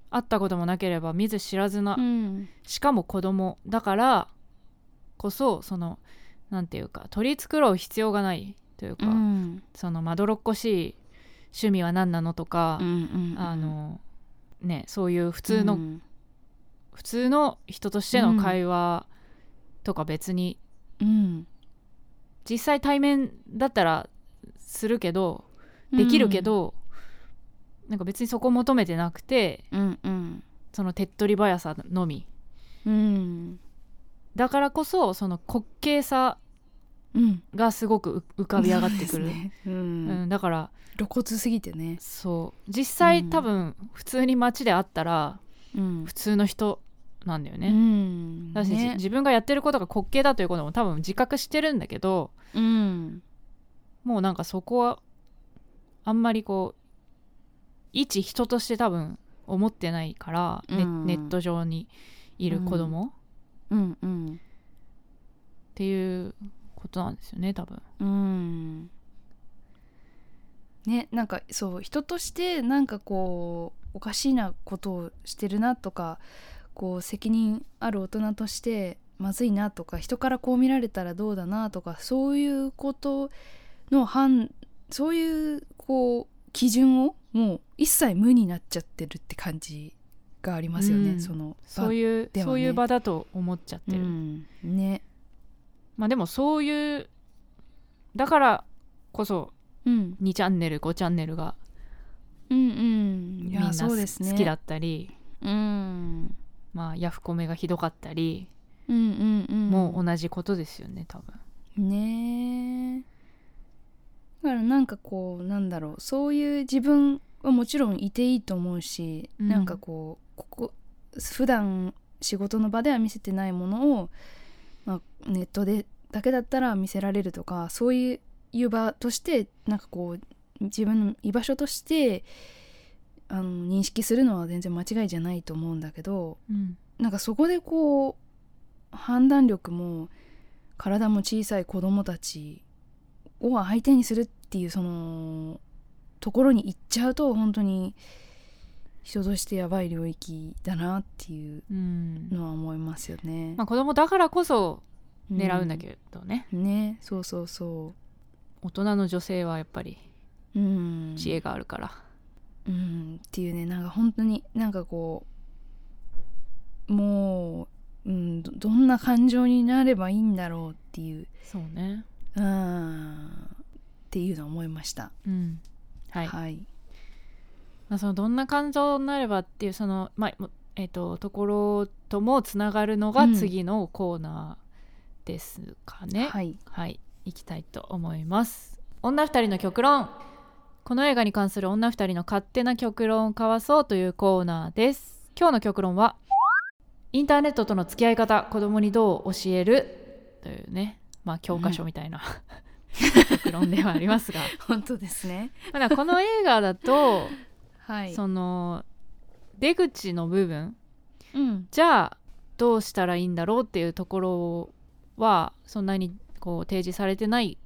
S2: 会ったこともなければ見ず知らずな
S3: うん
S2: しかも子供だからこそそのなんていうか取り繕う必要がないという
S3: う
S2: か、
S3: ん
S2: そのまどろっこしい趣味は何なのとか、
S3: うん
S2: あのねそういう普
S3: 普
S2: 通の、
S3: うん
S2: 普通の人としての会話とか別に、
S3: うん
S2: 実際対面だったらするけどできるけ、ど、なんか別にそこ求めてなくて
S3: うんうん
S2: その手っ取り早さのみ
S3: うん
S2: だからこそその滑稽さ
S3: うん、
S2: がすごくう浮かび上がっ てく
S3: そう
S2: る、
S3: ですねう
S2: うんん、だから
S3: 露骨すぎてね、
S2: そう実際、
S3: うん
S2: 多分普通に街で会ったら
S3: うん
S2: 普通の人なんだよ
S3: う
S2: ね。
S3: ん
S2: だし、
S3: ね
S2: 自分がやってることが滑稽だということも多分自覚してるんだけど
S3: うん、
S2: もうなんかそこはあんまりこう一人として多分思ってないから、ね
S3: うん
S2: ネット上にいる子供っ
S3: うんうん
S2: ていうことなんですよね多分。
S3: うんねなんかそう人としてなんかこうおかしいなことをしてるなとかこう責任ある大人としてまずいなとか人からこう見られたらどうだなとかそういうことの判そういうこう基準をもう一切無になっちゃってるって感じがありますよね、
S2: うん
S3: その
S2: そういう、
S3: ではね
S2: そういう場だと思っちゃってる、
S3: うんね、
S2: まあでもそういうだからこそ
S3: うん、
S2: 2チャンネル5チャンネルが
S3: うんうんい
S2: みん
S3: や
S2: な
S3: そうですね
S2: 好きだったり、
S3: うん
S2: まあヤフコメがひどかったり、
S3: うんうんうん
S2: もう同じことですよね多分
S3: ねえだからなんかこうなんだろうそういう自分はもちろんいていいと思うし、
S2: うん
S3: なんかこうここ普段仕事の場では見せてないものを、まあ、ネットでだけだったら見せられるとかそういう場としてなんかこう自分の居場所としてあの認識するのは全然間違いじゃないと思うんだけど
S2: うん
S3: なんかそこでこう判断力も体も小さい子供たちを相手にするっていうそのところに行っちゃうと本当に人としてやばい領域だなっていう
S2: うん
S3: のは思いますよね。
S2: まあ子供だからこそ狙うんだ
S3: ど、
S2: けどね、
S3: ねそうそうそ
S2: 大人の女性はやっぱり
S3: う。うん、
S2: 知恵があるから、
S3: うん、っていうねなんか本当になんかこうもう、うん、どどんな感情になればいいんだろうっていう
S2: そうね
S3: うーんっていうのを思いました。
S2: うんは、
S3: はいい。はい。
S2: まあ、そのどんな感情になればっていうその、まあもえっとところともつながるの
S3: う
S2: が
S3: ん
S2: 次のコーナーですかね、
S3: はい。
S2: はい、行きたいと思います。女二人の極論。この映画に関する女二人の勝手な極論を交わそうというコーナーです。今日の極論は、インターネットとの付き合い方、子供にどう教えるというね、まあ教科書みたいな、 極論ではありますが、
S3: 本当ですね。
S2: まあだからこの映画だと、
S3: はい。
S2: その出口の部分、
S3: うん。
S2: じゃあどうしたらいいんだろうっていうところはそんなにこう提示されてない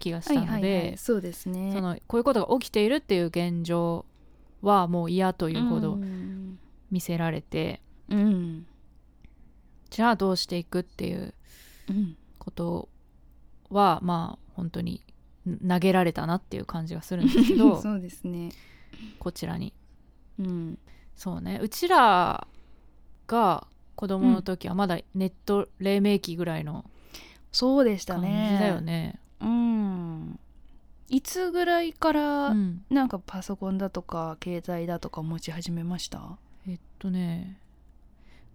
S2: 気がし
S3: はい
S2: た
S3: は
S2: の
S3: い
S2: で、
S3: はい。そうですね。
S2: そのこういうことが起きているっていう現状はもう嫌というほ
S3: う
S2: ど
S3: ん。
S2: 見せられて、
S3: うん。
S2: じゃあどうしていくっていう
S3: うん
S2: ことはまあ本当に投げられたなっていう感じがするんですけ ど
S3: そうですね。
S2: こちらに
S3: うん。
S2: そうねうちらが子供の時はまだネット黎明期ぐらいの
S3: そうでした
S2: 感じ
S3: ね。
S2: だよ。ね。
S3: うん。いつぐらいから、
S2: うん
S3: なんかパソコンだとか携帯だとか持ち始めました？
S2: えっとね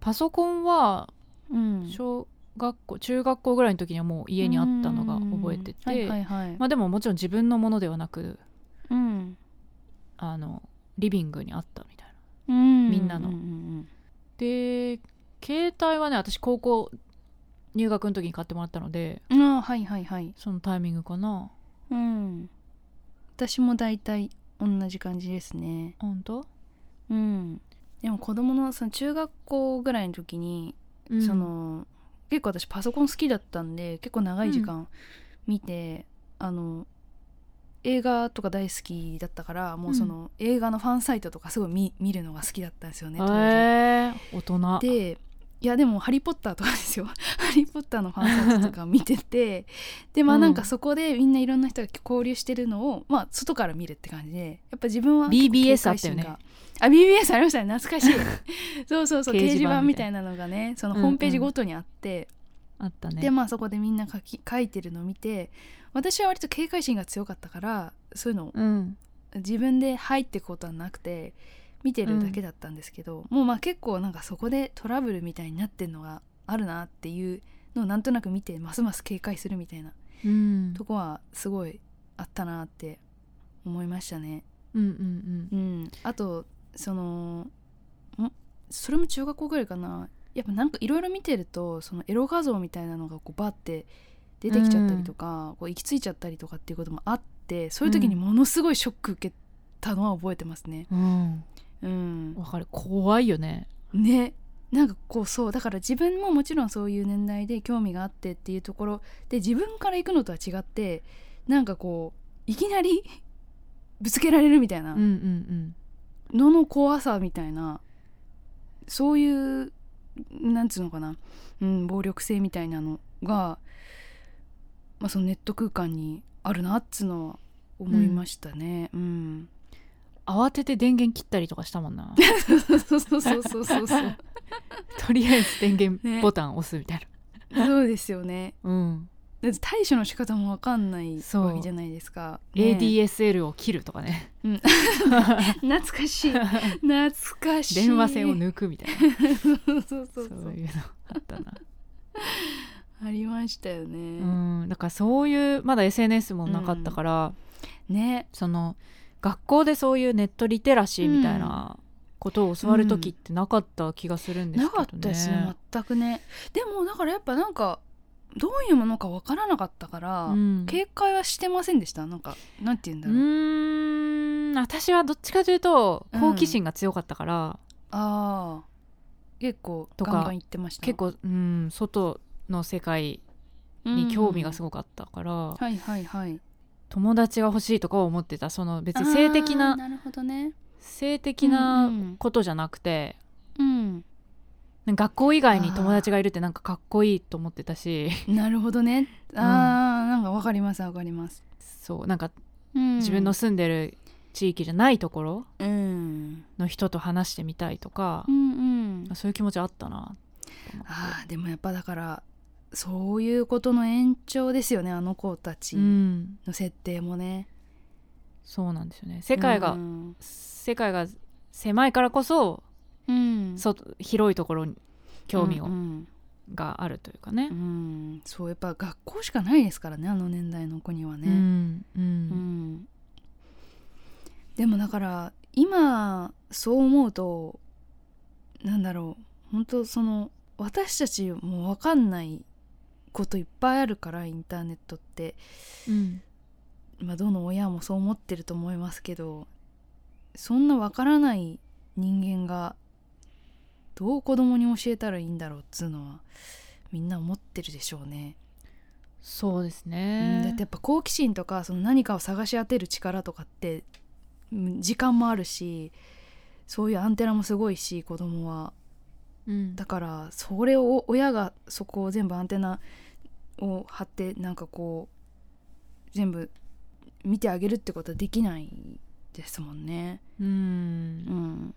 S2: パソコンは
S3: うん
S2: 小学校、中学校ぐらいの時にはもう家にあったのが覚えてて、
S3: うんはいはいはい。
S2: まあ、でももちろん自分のものではなく
S3: うん。
S2: あのリビングにあったみたいな。
S3: うん。
S2: みんなの
S3: ううん
S2: で携帯はね私高校入学の時に買ってもらったので
S3: うんああはいはいはい。
S2: そのタイミングかな
S3: うん私も大体同じ感じですね
S2: 本当、
S3: うんでも子供のその中学校ぐらいの時に、
S2: うん
S3: その結構私パソコン好きだったんで結構長い時間見て、あの映画とか大好きだったからもうその、映画のファンサイトとかすごい見見るのが好きだったんですよね当時
S2: えー、大人
S3: でいやでも「ハリー・ポッター」とかですよ「 ハリー・ポッター」のファンサイトとか見ててでまあなんかそこでみんないろんな人が交流してるのを、まあ、外から見るって感じでやっぱ自分は
S2: BBS あったよね
S3: 警戒心があ BBS ありましたね懐かしい そうそうそう
S2: 掲
S3: 掲
S2: 示
S3: 示
S2: 板
S3: 板
S2: み
S3: み
S2: た
S3: た
S2: い
S3: いなのがねその
S2: うん
S3: ホームページごとにあって、
S2: あったね
S3: でまあそこでみんな書き書いてるのを見て私は割と警戒心が強かったからそういうのを
S2: うん
S3: 自分で入っていくことはなくて見てるだけだったんですけど、もうまあ結構なんかそこでトラブルみたいになってるのがあるなっていうのをなんとなく見てますます警戒するみたいな
S2: うん
S3: とこはすごいあったなって思いましたね。
S2: うんうん
S3: うん、あとそのんそれも中学校ぐらいかなやっぱなんかいろいろ見てるとそのエロ画像みたいなのがこうバーって出てきちゃったりとか、こう行き着いちゃったりとかっていうこともあってそういう時にものすごいショック受けたのは覚えてますね。
S2: うん
S3: うん
S2: わ、かる怖いよね
S3: ねなんかこうそうだから自分ももちろんそういう年代で興味があってっていうところで自分から行くのとは違って なんかこういきなりぶつけられるみたいな
S2: うんうん
S3: のの怖さみたいなそういうなんつうのかな、うん、暴力性みたいなのが、まあ、そのネット空間にあるなっつうのは思いましたね。うん、
S2: 慌てて電源切ったりとかしたも んな
S3: そうそうそうそう そうそう
S2: とりあえず電源ボタン押すみたいな、
S3: そうですよね。
S2: うん
S3: だって対処の仕方もわかんない
S2: そう
S3: わけじゃないですか。ね
S2: ADSL を切るとかね
S3: 懐かしい懐かしい。
S2: 電話線を抜くみたいな
S3: そうそうそ
S2: そう
S3: うそう
S2: いうのあったな
S3: ありましたよね。
S2: うんだからそういうまだ SNS もなかったから、
S3: ね
S2: その学校でそういうネットリテラシーみたいなことを教わる時ってなかった気がするんです
S3: な
S2: けどね、
S3: かったですね全くね。でもだからやっぱなんかどういうものかわからなかったから、
S2: うん
S3: 警戒はしてませんでしたなんかなんて言うんだ
S2: う
S3: ろう、
S2: ーん私はどっちかというと
S3: うん
S2: 好奇心が強かったから、
S3: ああ結構
S2: とか
S3: ガンガン言ってました
S2: 結構、うん、外の世界に興味がすごかったから、
S3: はいはいはい
S2: 友達が欲しいとかは思ってたその別に性的
S3: あー
S2: な
S3: なるほどね
S2: 性的なことじゃなくて、
S3: うん
S2: なんか学校以外に友達がいるってなんかかっこいいと思ってたし
S3: なるほどねああ、なんかわかりますわかります、
S2: そうなんか
S3: うん
S2: 自分の住んでる地域じゃないところ
S3: うんうん
S2: の人と話してみたいとか
S3: う、ん
S2: そういう気持ちあったなと思って
S3: あーでもやっぱだからそういうことの延長ですよねあの子たち
S2: うん、
S3: の設定もね、
S2: そうなんですよね世界が、
S3: うん
S2: 世界が狭いからこそ
S3: うん
S2: そ広いところに興味を、
S3: うんうん
S2: があるというかね
S3: う。ん、そうやっぱ学校しかないですからねあの年代の子には
S2: う
S3: ね、
S2: ん
S3: う
S2: う
S3: んんでもだから今そう思うとなんだろう本当その私たちも分かんないこといっぱいあるからインターネットって、
S2: うん
S3: まあ、どの親もそう思ってると思いますけどそんな分からない人間がどう子供に教えたらいいんだろうっつうのはみんな思ってるでしょうね。
S2: そうです
S3: うん
S2: ね。
S3: だってやっぱ好奇心とかその何かを探し当てる力とかってうん時間もあるしそういうアンテナもすごいし子供は
S2: うん
S3: だからそれを親がそこを全部アンテナを張ってなんかこう全部見てあげるってことはできないですもんね。
S2: う
S3: うんん、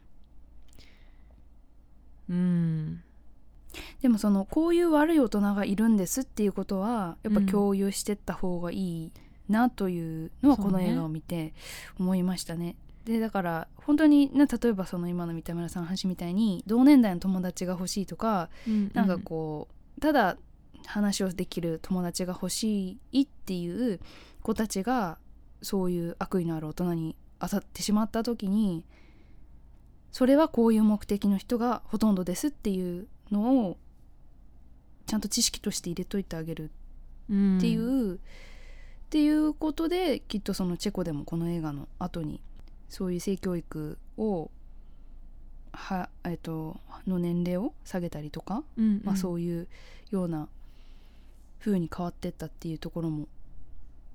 S2: うん
S3: でもそのこういう悪い大人がいるんですっていうことはやっぱ
S2: うん
S3: 共有してった方がいいなというのは
S2: そう
S3: こ
S2: ね
S3: の映画を見て思いましたね。でだから本当にな例えばその今の三田村さんの話みたいに同年代の友達が欲しいとか
S2: うん
S3: なんかこうただ話をできる友達が欲しいっていう子たちがそういう悪意のある大人に当たってしまった時にそれはこういう目的の人がほとんどですっていうのをちゃんと知識として入れといてあげる
S2: うん
S3: っていう、っていうことできっとそのチェコでもこの映画の後にそういう性教育をは、えっとの年齢を下げたりとか
S2: うん
S3: まあ、
S2: う
S3: そ
S2: ん
S3: ういうような風に変わってったっていうところも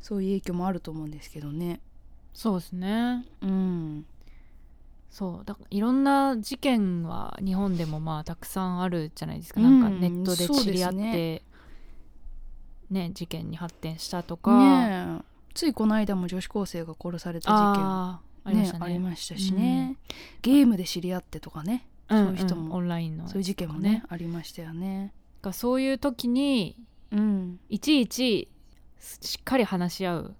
S3: そういう影響もあると思うんですけどね。
S2: そうですね。
S3: うん、
S2: そうだからいろんな事件は日本でもまあたくさんあるじゃないですか、なんか
S3: うん
S2: ネットで知り合っ
S3: そうで
S2: て、ね、事件に発展したとか、
S3: ねえついこの間も女子高生が殺された事件
S2: あーありましたね
S3: ありましたしね、ゲームで知り合ってとかね
S2: うん
S3: そういう人も
S2: んオンラインの
S3: そういう事件もねありましたよね。
S2: がそういう時に
S3: うん、
S2: いちいちしっかり話し合う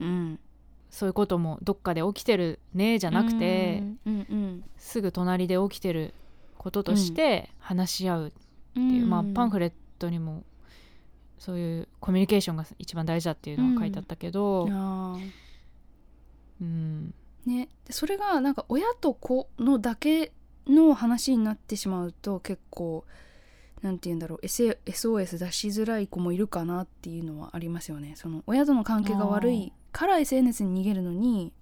S3: うん、
S2: そういうこともどっかで起きてるねじゃなくて、
S3: うんうん
S2: すぐ隣で起きてることとして話し合うって
S3: うん
S2: いう、まあ、パンフレットにもそういうコミュニケーションが一番大事だっていうのは書いてあったけど、
S3: あー
S2: うん
S3: ね、でそれがなんか親と子のだけの話になってしまうと結構なんて言うんだろう S- SOS 出しづらい子もいるかなっていうのはありますよねその親との関係が悪いから SNS に逃げるのに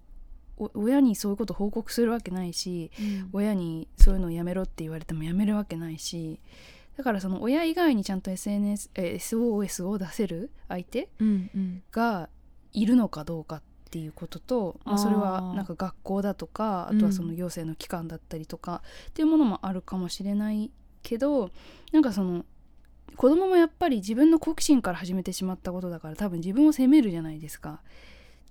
S3: お親にそういうこと報告するわけないし親にそういうのをやめろって言われてもやめるわけないしだからその親以外にちゃんと SNS え SOS を出せる相手
S2: うんうん
S3: がいるのかどうかっっていうことと、ま
S2: あ
S3: あ、
S2: ー
S3: それはなんか学校だとかあとはその行政の機関だったりとか、っていうものもあるかもしれないけどなんかその子供もやっぱり自分の好奇心から始めてしまったことだから多分自分を責めるじゃないですか。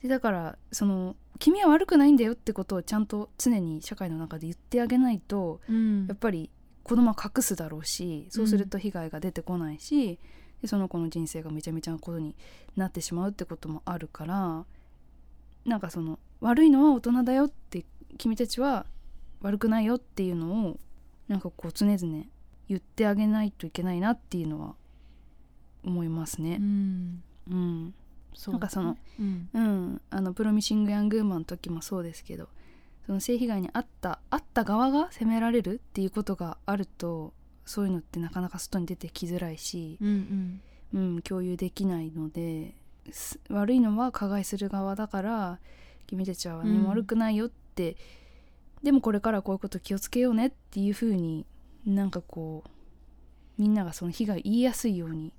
S3: でだからその君は悪くないんだよってことをちゃんと常に社会の中で言ってあげないと、
S2: うん
S3: やっぱり子供は隠すだろうしそうすると被害が出てこないし、でその子の人生がめちゃめちゃなことになってしまうってこともあるからなんかその悪いのは大人だよって君たちは悪くないよっていうのをなんかこう常々言ってあげないといけないなっていうのは思います
S2: う
S3: ね。
S2: ん
S3: うん、
S2: そ
S3: なんかその
S2: うん
S3: うん、あのプロミシング・ヤング・ウーマンの時もそうですけどその性被害に遭った遭った側が責められるっていうことがあるとそういうのってなかなか外に出てきづらいし、
S2: うんうん
S3: うん、共有できないのです悪いのは加害する側だから君たちは何も悪くないよって、でもこれからこういうこと気をつけようねっていうふうになんかこうみんながその被害言いやすいように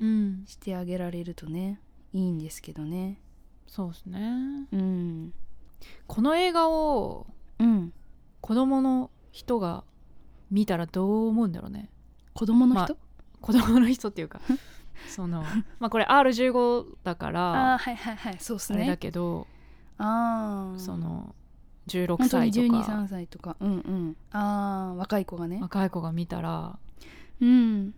S2: うん
S3: してあげられるとねいいんですけどね。
S2: そうですね
S3: うん、
S2: この映画を
S3: うん
S2: 子供の人が見たらどう思うんだろうね
S3: 子供の人、
S2: 子供の人っ ていうかそのまあこれ R15 だから
S3: あー
S2: あ
S3: はいはいはいそうです
S2: れだ
S3: ね
S2: けど、
S3: ああ
S2: その16
S3: 本当
S2: 歳
S3: に
S2: と
S3: 12、
S2: か
S3: 3歳とかうんうんああ若い子がね
S2: 若い子が見たら
S3: うん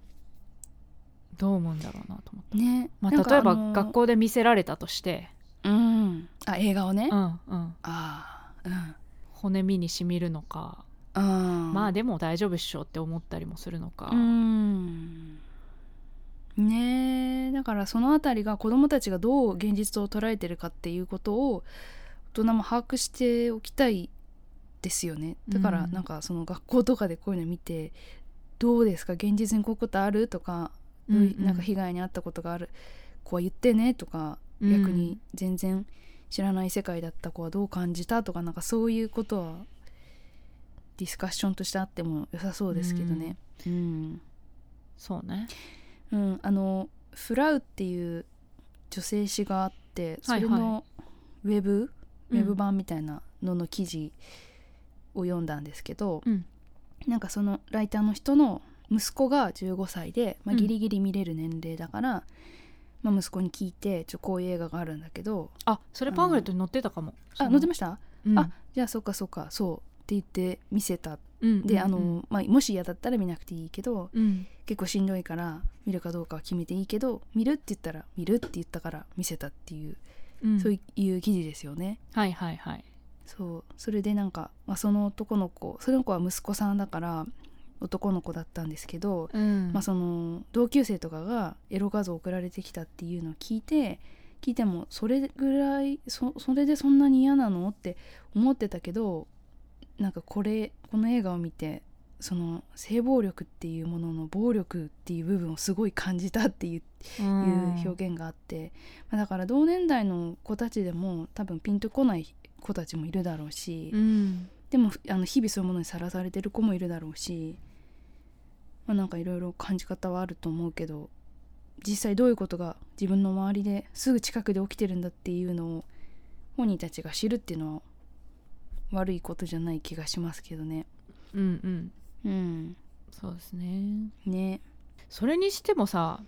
S2: どう思うんだろうなと思って、
S3: ね
S2: ま
S3: なん
S2: あ、
S3: か
S2: 例えば
S3: あのー
S2: 学校で見せられたとして、
S3: うんあ映画をね、
S2: う
S3: あ
S2: んうん、
S3: あーうん
S2: 骨身にしみるのか、
S3: あー
S2: まあでも大丈夫っしょって思ったりもするのか、
S3: うんねえだからそのあたりが子どもたちがどう現実を捉えてるかっていうことを大人も把握しておきたいですよねだから
S2: うん
S3: なんかその学校とかでこういうの見て「どうですか現実にこういうことある?」とか「
S2: うんうん
S3: なんか被害に遭ったことがある子は言ってね」とか、
S2: うん
S3: 逆に全然知らない世界だった子はどう感じたとかなんかそういうことはディスカッションとしてあっても良さそうですけどね。うん
S2: そうね
S3: うん、あのフラウっていう女性誌があってそ
S2: はいは
S3: れ
S2: い
S3: のウェブ、
S2: うん
S3: ウェブ版みたいなのの記事を読んだんですけど、
S2: うん
S3: なんかそのライターの人の息子が15歳で、まあ、
S2: うん
S3: ギリギリ見れる年齢だから、まあ、息子に聞いてちょこういう映画があるんだけど
S2: あそれパンフレットに載ってたかも、
S3: あ載ってま
S2: し
S3: した
S2: た、うん
S3: あじゃあそっかそっかそうって言って見せた
S2: うんうん
S3: で、あ
S2: うん
S3: のまあ、もし嫌だったら見なくていいけど
S2: うん
S3: 結構しんどいから見るかどうかは決めていいけど見るって言ったら見るって言ったから見せたっていう、
S2: うん
S3: そういう記事ですよね
S2: はいはいはい
S3: そうそれでなんか、まあ、その男の子その子は息子さんだから男の子だったんですけど、
S2: うん
S3: まあ、その同級生とかがエロ画像送られてきたっていうのを聞いて聞いてもそれぐらいそそれでそんなに嫌なのって思ってたけどなんかこれこの映画を見てその性暴力っていうものの暴力っていう部分をすごい感じたっていう,、
S2: うん
S3: いう表現があって、まあ、だから同年代の子たちでも多分ピンとこない子たちもいるだろうし、
S2: うん
S3: でもあの日々そういうものにさらされてる子もいるだろうし、まあ、なんかいろいろ感じ方はあると思うけど実際どういうことが自分の周りですぐ近くで起きてるんだっていうのを本人たちが知るっていうのは悪いことじゃない気がしますけどね。
S2: うん
S3: う
S2: うん
S3: ん、
S2: そうですね
S3: ね、
S2: それにしてもさ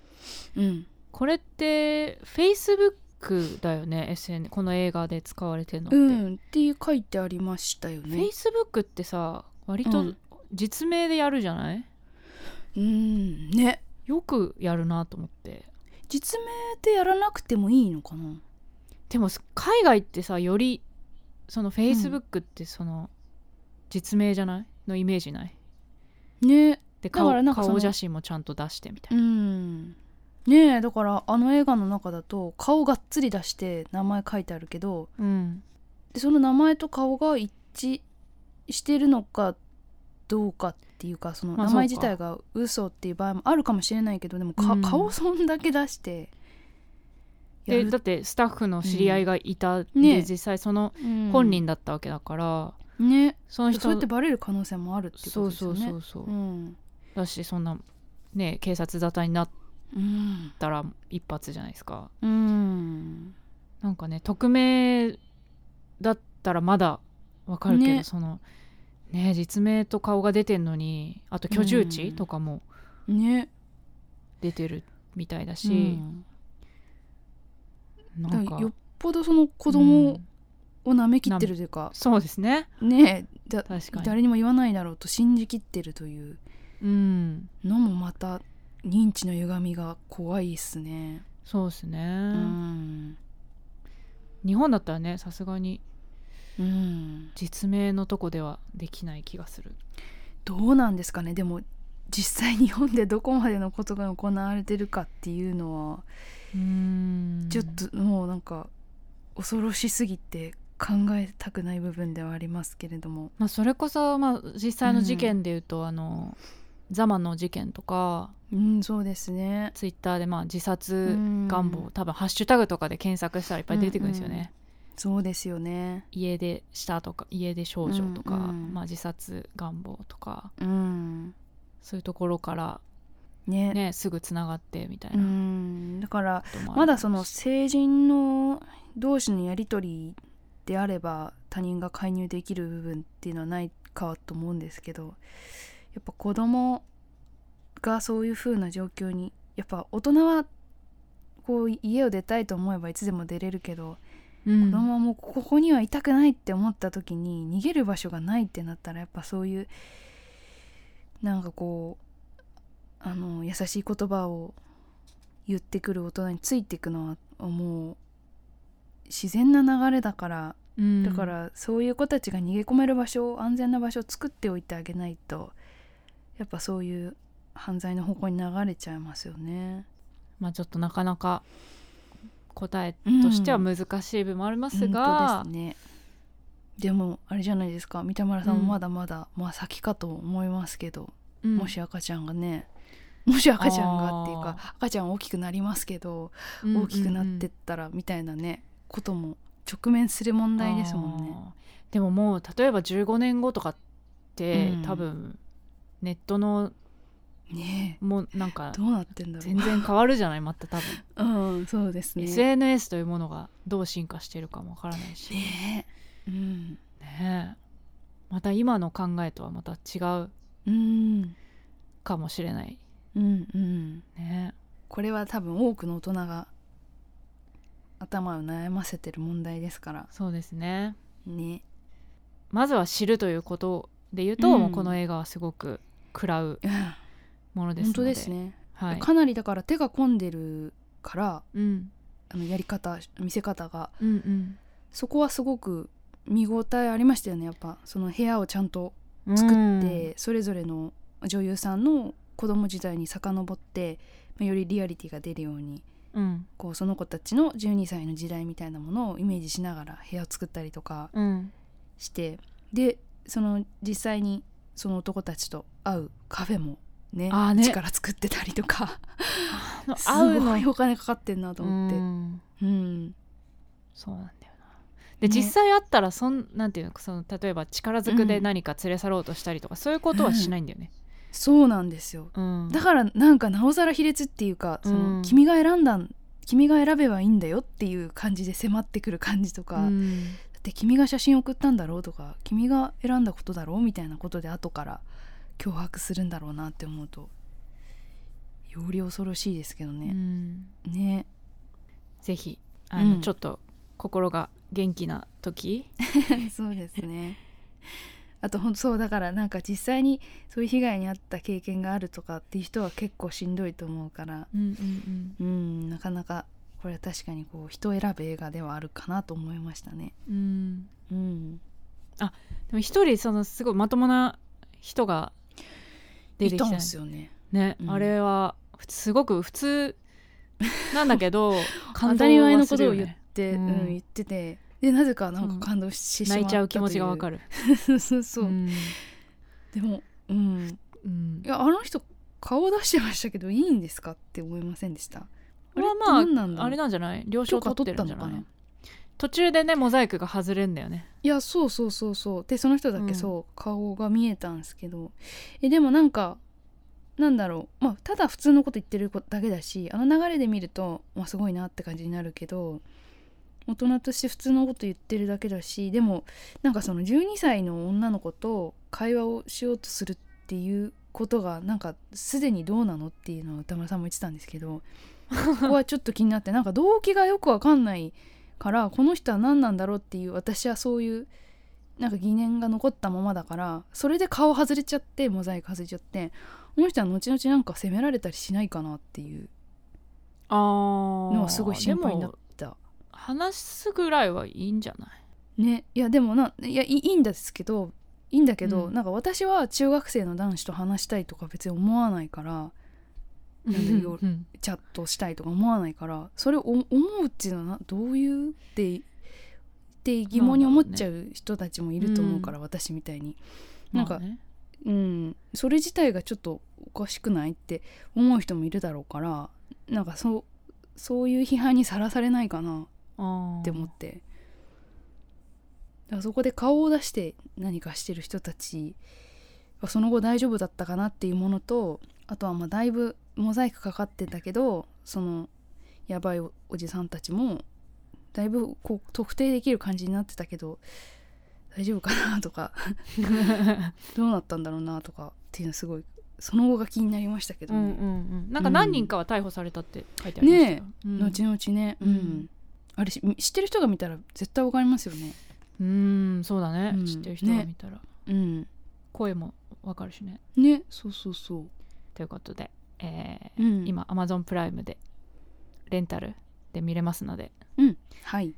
S3: うん、
S2: これってフェイスブックだよね SN この映画で使われてるのって、
S3: う
S2: フ
S3: んっていう書いてありましたよ
S2: ェ
S3: ね
S2: イ。スブックってさ割
S3: う
S2: と
S3: ん
S2: 実名でやるじゃない、
S3: うんね
S2: よくやるなと思って
S3: 実名でやらなくてもいいのかな
S2: でも海外ってさよりそのフェイスブックってその、実名じゃないのイメージない
S3: ね
S2: で
S3: だから
S2: 顔
S3: なんかその
S2: 顔写真もちゃんと出してみ
S3: う
S2: たいな、
S3: んねえだからあの映画の中だと顔がっつり出して名前書いてあるけど
S2: うん
S3: でその名前と顔が一致してるのかどうかっていうかその
S2: まあ
S3: 名
S2: そうか
S3: 前自体が嘘っていう場合もあるかもしれないけどでもか、
S2: うん
S3: 顔そんだけ出してや
S2: で
S3: る
S2: だってスタッフの知り合いがいた、
S3: うん
S2: で
S3: ね
S2: 実際その
S3: うん
S2: 本人だったわけだから、
S3: ね
S2: その人
S3: そうやってバレる可能性もあるっていうこ
S2: そ
S3: と
S2: う
S3: です
S2: そ
S3: よ
S2: う
S3: ね。
S2: そうそう、
S3: うん
S2: だしそんなね警察沙汰になっ
S3: うん
S2: たら一発じゃないですか
S3: うん
S2: なんなんかね匿名だったらまだわかるけど、
S3: ね
S2: そのね実名と顔が出てんのにあと居住地とかも
S3: ね
S2: 出てるみたいだ
S3: う
S2: し、
S3: ん
S2: なん
S3: だか
S2: から
S3: よっぽどその子供
S2: うん
S3: をなめきってるというか、
S2: そうですね
S3: ねえだ
S2: 確かに
S3: 誰にも言わないだろうと信じきってるという
S2: うん
S3: のもまた認知の歪みが怖いっすね。
S2: そうですね、
S3: うん、
S2: 日本だったらねさすがに
S3: うん、
S2: 実名のとこではできない気がする
S3: どうなんですかねでも実際日本でどこまでのことが行われてるかっていうのは
S2: うん
S3: ちょっともうなんか恐ろしすぎて考えたくない部分ではありますけれども。
S2: まあ、それこそ、まあ、実際の事件でいうと、あのザマの事件とか
S3: うん、そうですね。
S2: ツイッターで、まあ、自殺
S3: 願
S2: 願望、多分ハッシュタグとかで検索したらいっぱい出てくるんですよね、
S3: うんうんそうですよね。
S2: 家出したとか家出少女とか、
S3: うんうん
S2: まあ、自殺願望とか
S3: うん。
S2: そういうところから、
S3: ね。
S2: ね、すぐつながってみたいうなこ
S3: ん。だから
S2: ともある
S3: まだその成人の同士のやり取りであれば他人が介入できる部分っていうのはないかと思うんですけどやっぱ子供がそういう風な状況にやっぱ大人はこう家を出たいと思えばいつでも出れるけど、
S2: うん
S3: 子供はもうここにはいたくないって思った時に逃げる場所がないってなったらやっぱそういうなんかこうあの優しい言葉を言ってくる大人についていくのはもう自然な流れだから、
S2: うん
S3: だからそういう子たちが逃げ込める場所を安全な場所を作っておいてあげないとやっぱそういう犯罪の方向に流れちゃいますよね。
S2: まあ、ちょっとなかなか答えとしては難しい部分もありますが、
S3: 本当ですねでもあれじゃないですか三田村さんもまだまだ、まあ先かと思いますけど、
S2: うん
S3: もし赤ちゃんがね もし赤ちゃんがっていう
S2: あ
S3: か赤ちゃん大きくなりますけど、
S2: うん
S3: 大きくなってったらみたいなねことも直面する問題ですもんね。
S2: あーでももう例えば15年後とかって、
S3: うん
S2: 多分ネットの
S3: ね
S2: もうなん
S3: え
S2: か
S3: どうなってんだろ
S2: 全然変わるじゃないまた多 分、
S3: う。うんそうですね。
S2: SNS というものがどう進化してるかもわからないし、ね
S3: ねえうん
S2: えまた今の考えとはまた違う
S3: うん
S2: かもしれない
S3: うんうん
S2: ね
S3: これは多分多くの大人が頭を悩ませてる問題ですから
S2: そうですね
S3: ね。
S2: まずは知るということで言うと、
S3: うん
S2: もうこの映画はすごく食ら う
S3: うん
S2: ものです
S3: 本
S2: ので
S3: 当ですね、
S2: はい、
S3: かなりだから手が込んでるから
S2: うん、
S3: あのやり方見せ方が
S2: うんうん
S3: そこはすごく見応えありましたよねやっぱその部屋をちゃんと
S2: うん
S3: 作って、それぞれの女優さんの子供時代に遡ってまあよりリアリティが出るように
S2: うん
S3: こうその子たちの12歳の時代みたいなものをイメージしながら部屋を作ったりとか
S2: うん
S3: してでその実際にその男たちと会うカフェもね
S2: あーね
S3: 力作ってたりとか
S2: あの
S3: す
S2: 会うの
S3: ごいお金かかってんなと思って。
S2: うん
S3: うん、
S2: そうなんだよな
S3: ね
S2: で、実際あったらそんなんていうのその例えば力ずくで
S3: うん
S2: 何か連れ去ろうとしたりとか、そういうことはしないんだよね、
S3: そうなんですよ
S2: うん
S3: だからなんかなおさら卑劣っていうかその、
S2: うん
S3: 君が選んだん君が選べばいいんだよっていう感じで迫ってくる感じとか、だ
S2: ん
S3: って君が写真送ったんだろうとか君が選んだことだろうみたいなことで後から脅迫するんだろうなって思うとより恐ろしいですけど
S2: う
S3: ね。
S2: ん
S3: ね
S2: ぜひあの、
S3: うん
S2: ちょっと心が元気な時
S3: そうですね。あと本当そうだからなんか実際にそういう被害に遭った経験があるとかっていう人は結構しんどいと思うから
S2: うん
S3: う
S2: うん
S3: んなかなかこれは確かにこう人を選ぶ映画ではあるかなと思いましたね。
S2: うん
S3: う
S2: うん
S3: ん、
S2: でも一人そのすごいまともな人が出てきた
S3: いた
S2: んで
S3: ん
S2: す
S3: す
S2: よ
S3: よね。
S2: ね、
S3: うん
S2: あれはふつすごく普通なんだけど
S3: 当
S2: 感動
S3: たり前の
S2: は
S3: こ
S2: する
S3: と
S2: よ
S3: を言っ
S2: ね
S3: て、
S2: うん
S3: うん言っててでなぜかなんか感動してしまった
S2: 泣いちゃう気持ちがわか
S3: る。
S2: る
S3: そうそう、
S2: ん
S3: でも、うん、
S2: うん
S3: いやあの人顔出してましたけどいいんですかって思いませんでした。あれって
S2: まあ
S3: 何なんだろう、
S2: あれなんじゃない了承
S3: 許可
S2: 取って
S3: 取っ
S2: る
S3: た
S2: んじゃ
S3: の
S2: な
S3: か
S2: い
S3: な。
S2: 途中でねモザイクが外れんだよね
S3: いやそうそうそうそうでその人だ
S2: うん
S3: けそう、顔が見えたんですけどえでもなんかなんだろうまあただ普通のこと言ってるだけだしあの流れで見ると、まあ、すごいなって感じになるけど大人として普通のこと言ってるだけだしでもなんかその12歳の女の子と会話をしようとするっていうことがなんかすでにどうなのっていうのは歌丸さんも言ってたんですけどそこはちょっと気になってなんか動機がよくわかんないからこの人は何なんだろうっていう私はそういうなんか疑念が残ったままだからそれで顔外れちゃってモザイク外れちゃってこの人は後々なんか責められたりしないかなっていう
S2: あ
S3: のはすごい心配になっ
S2: でも
S3: た。
S2: 話すぐらいはいいんじゃない
S3: ね、いやでもないやいいいいんですけどいいんだけど、
S2: うん
S3: なんか私は中学生の男子と話したいとか別に思わないからなんでよ
S2: うん
S3: チャットしたいとか思わないからそれを思うっていうのはなどういうってって疑問に思っちゃう人たちもいると思うから私みたいになんか
S2: まあね
S3: うん、それ自体がちょっとおかしくないって思う人もいるだろうからなんかそうそういう批判にさらされないかな
S2: あー
S3: って 思って、だからそこで顔を出して何かしてる人たちはその後大丈夫だったかなっていうものとあとはまあだいぶモザイクかかってたけどそのやばいおおじさんたちもだいぶこう特定できる感じになってたけど大丈夫かなとかどうなったんだろうなとかっていうのすごいその後が気になりましたけど
S2: う
S3: ね、
S2: んうんうんなんか何人かは逮捕されたって書いてありましたよ
S3: ね
S2: うん
S3: 後々ね、うん
S2: うん
S3: あれし知ってる人が見たら絶対わかりますよね。
S2: うんそうだね、
S3: うん
S2: 知ってる人が見たら、
S3: うん
S2: 声もわかるしね
S3: ねそうそうそ
S2: ということで、え
S3: う、
S2: ー
S3: うん、
S2: 今 Amazon プライムでレンタルで見れますので
S3: はい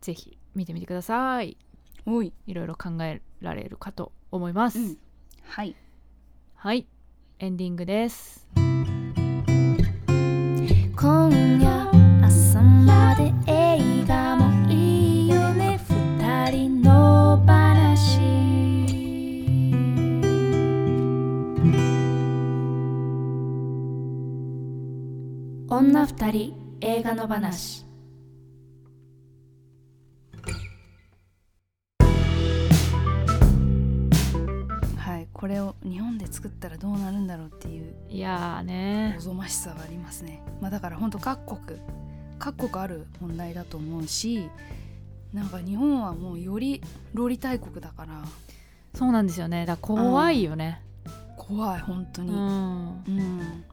S2: ぜひ見てみてください
S3: おい、
S2: いろいろ考えられるかと思います、
S3: うん、はい
S2: はいエンディングです
S1: 今夜朝まで映画もいいよね二人の話女二人映画の話
S3: はいこれを日本で作ったらどうなるんだろうっていう
S2: いやー
S3: お
S2: ね
S3: ぞましさがありますねまあだから本当各国各国ある問題だと思うしなんか日本はもうよりロリ大国だから
S2: そうなんですよねだから怖いよね
S3: 怖い本当
S2: う
S3: に、
S2: ん
S3: うん、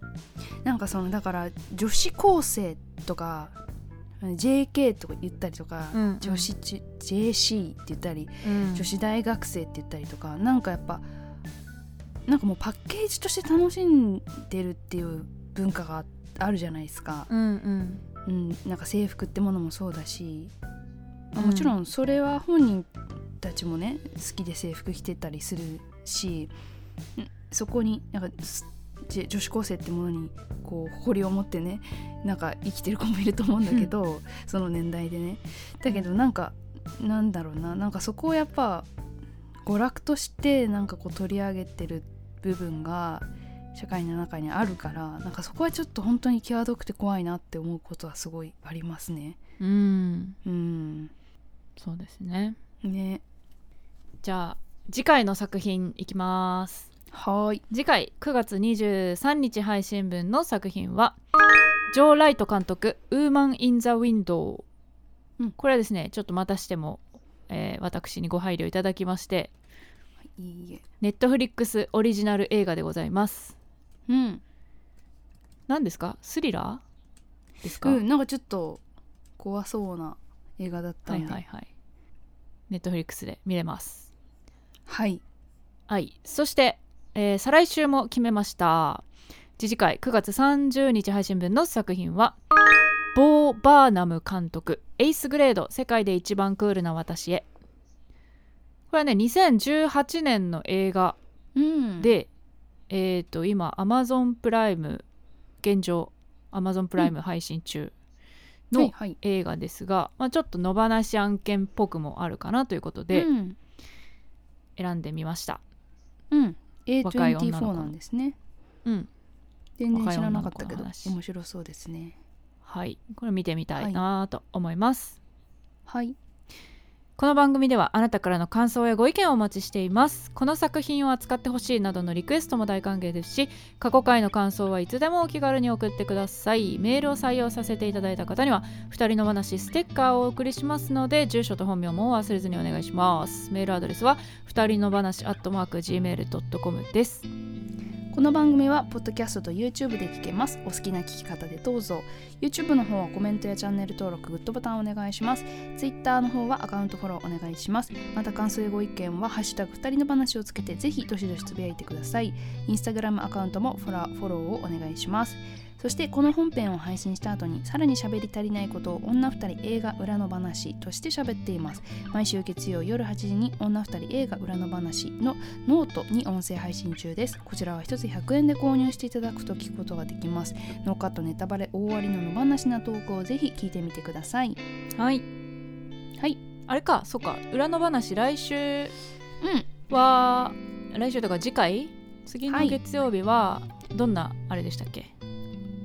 S3: なんかそのだから女子高生とか JK とか言ったりとか、
S2: うんうん
S3: 女子ち JC って言ったり、
S2: うん
S3: 女子大学生って言ったりとかなんかやっぱなんかもうパッケージとして楽しんでるっていう文化があるじゃないですか、
S2: うんうん
S3: うん、なんか制服ってものもそうだし、まあ
S2: うん
S3: もちろんそれは本人たちもね好きで制服着てたりするしうんそこになんかすじ女子高生ってものにこう誇りを持ってねなんか生きてる子もいると思うんだけど その年代でねだけどなんかなんだろうななんかそこをやっぱ娯楽としてなんかこう取り上げてる部分が社会の中にあるからなんかそこはちょっと本当に際どくて怖いなって思うことはすごいありますね。
S2: うん
S3: うん、
S2: そうですね
S3: ね
S2: じゃあ次回の作品いきます
S3: はーい
S2: 次回9月23日配信分の作品はジョー・ライト監督「ウーマン・イン・ザ・ウィンドウ」
S3: うん
S2: これはですねちょっとまたしても、えー私にご配慮いただきまして
S3: いいえ
S2: ネットフリックスオリジナル映画でございます
S3: うん、
S2: 何ですかスリラーですか、
S3: うん、なんかちょっと怖そうな映画だった
S2: はい
S3: んで
S2: はいはいネットフリックスで見れます
S3: はい
S2: はいそして、えー再来週も決めました次次回9月30日配信分の作品はボー・バーナム監督「エイスグレード世界で一番クールな私へ」これはね2018年の映画
S3: うん、
S2: で、えっ、と今 Amazon プライム現状 Amazon プライム配信中
S3: は
S2: の
S3: いはい
S2: 映画ですが、まあ、ちょっと野放し案件っぽくもあるかなということで
S3: うん
S2: 選んでみました、
S3: うん、
S2: 若い女
S3: A24
S2: の子の
S3: なんですね
S2: うん、
S3: 全然知らなかったけ
S2: 若い女の子
S3: ど
S2: の話
S3: 面白そうですね
S2: はい、これ見てみたいなと思います。
S3: はい
S2: この番組ではあなたからの感想やご意見をお待ちしていますこの作品を扱ってほしいなどのリクエストも大歓迎ですし過去回の感想はいつでもお気軽に送ってくださいメールを採用させていただいた方には2人の話ステッカーをお送りしますので住所と本名もお忘れずにお願いしますメールアドレスは2人の話 gmail.com です
S3: この番組はポッドキャストと YouTube で聞けますお好きな聞き方でどうぞ YouTube の方はコメントやチャンネル登録グッドボタンお願いします Twitter の方はアカウントフォローお願いしますまた感想やご意見は「ハッシュタグ二人の話」をつけてぜひどしどしつぶやいてください Instagram アカウントもフォラフォローをお願いしますそしてこの本編を配信した後にさらに喋り足りないことを女二人映画裏の話として喋っています毎週月曜夜8時に女二人映画裏の話のノートに音声配信中ですこちらは1つ100円で購入していただくと聞くことができますノーカットネタバレ大ありの野放しなトークをぜひ聞いてみてください
S2: はい
S3: はい
S2: あれかそうか裏の話来週
S3: うん
S2: は来週とか次回次
S3: は
S2: の
S3: い
S2: 月曜日はどんなあれでしたっけ、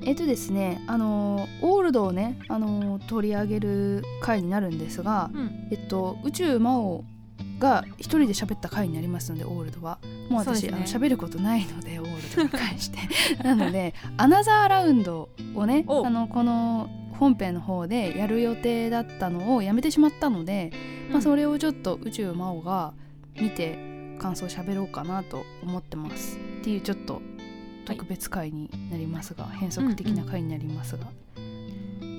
S3: えっとですねあのーオールドをねあのー取り上げる回になるんですが
S2: うん
S3: えっと宇宙魔王が一人で喋った回になりますのでオールドはもう
S2: そうで
S3: 私
S2: すね
S3: あの喋ることないのでオールドに関して なのでアナザーラウンドをね
S2: お
S3: あのこの本編の方でやる予定だったのをやめてしまったので、まあ、それをちょっと宇宙魔王が見て感想喋ろうかなと思ってますっていうちょっと特別回になりますが、変則的な回になりますが、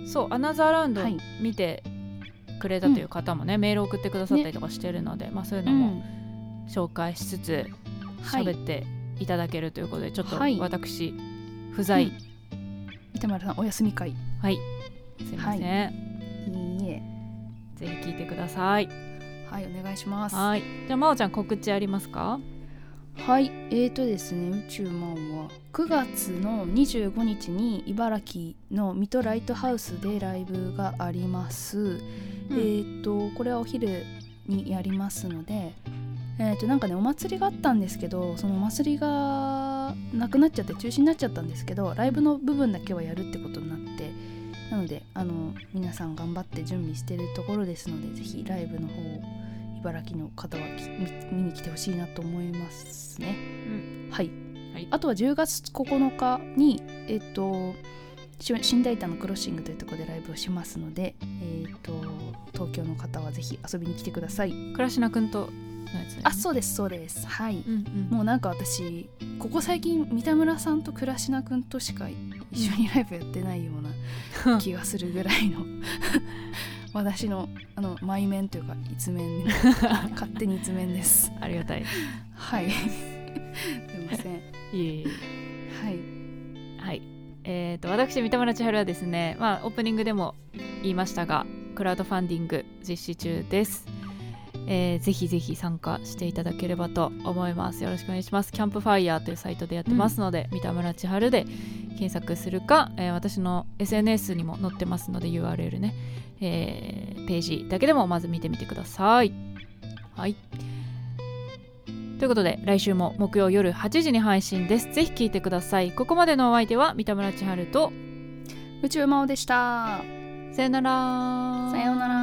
S2: そうアナザーラウンド
S3: はい
S2: 見てくれたという方もね、メール送ってくださったりとかしてるので、まあ、そういうのも紹介しつつ
S3: はい
S2: 喋っていただけるということで、ちょっと
S3: はい
S2: 私、不
S3: う
S2: 在、
S3: ん三田丸さんお休み会い
S2: はいすいません、
S3: いえ
S2: ぜひ聞いてください
S3: はいお願いします
S2: はいじゃあ真央ちゃん告知ありますか
S3: はい、えーとですね、宇宙マンは9月の25日に茨城の水戸ライトハウスでライブがあります。えーとこれはお昼にやりますので、えーとなんかねお祭りがあったんですけど、そのお祭りがなくなっちゃって中止になっちゃったんですけど、ライブの部分だけはやるってことになって。なのであの皆さん頑張って準備してるところですのでぜひライブの方を茨城の方はき見見に来てほしいなと思いますね。はい、
S2: はい
S3: あとは10月9日に、えっとし新大胆のクロッシングというところでライブをしますので、えっと東京の方はぜひ遊びに来てください。
S2: 倉科くんとのやつ、ね、
S3: あそうですそうです。はい、
S2: うんうん
S3: もうなんか私ここ最近三田村さんと倉科くんとしか一緒にライブやってないよう な気がするぐらいの 私のあのマイ面というか一 面勝手に一面です
S2: ありがたい
S3: はい すいません
S2: いえいえ
S3: はい
S2: はい。えー、と私三田村千春はですね、まあ、オープニングでも言いましたがクラウドファンディング実施中です、えーぜひぜひ参加していただければと思いますよろしくお願いしますキャンプファイヤーというサイトでやってますので、三田村千春で検索するか、えー私の SNS にも載ってますので URL ね、えーページだけでもまず見てみてくださいはいということで来週も木曜夜8時に配信ですぜひ聞いてくださいここまでのお相手は三田村千春と
S3: 宇宙魔王でした
S2: さよなら
S3: さようなら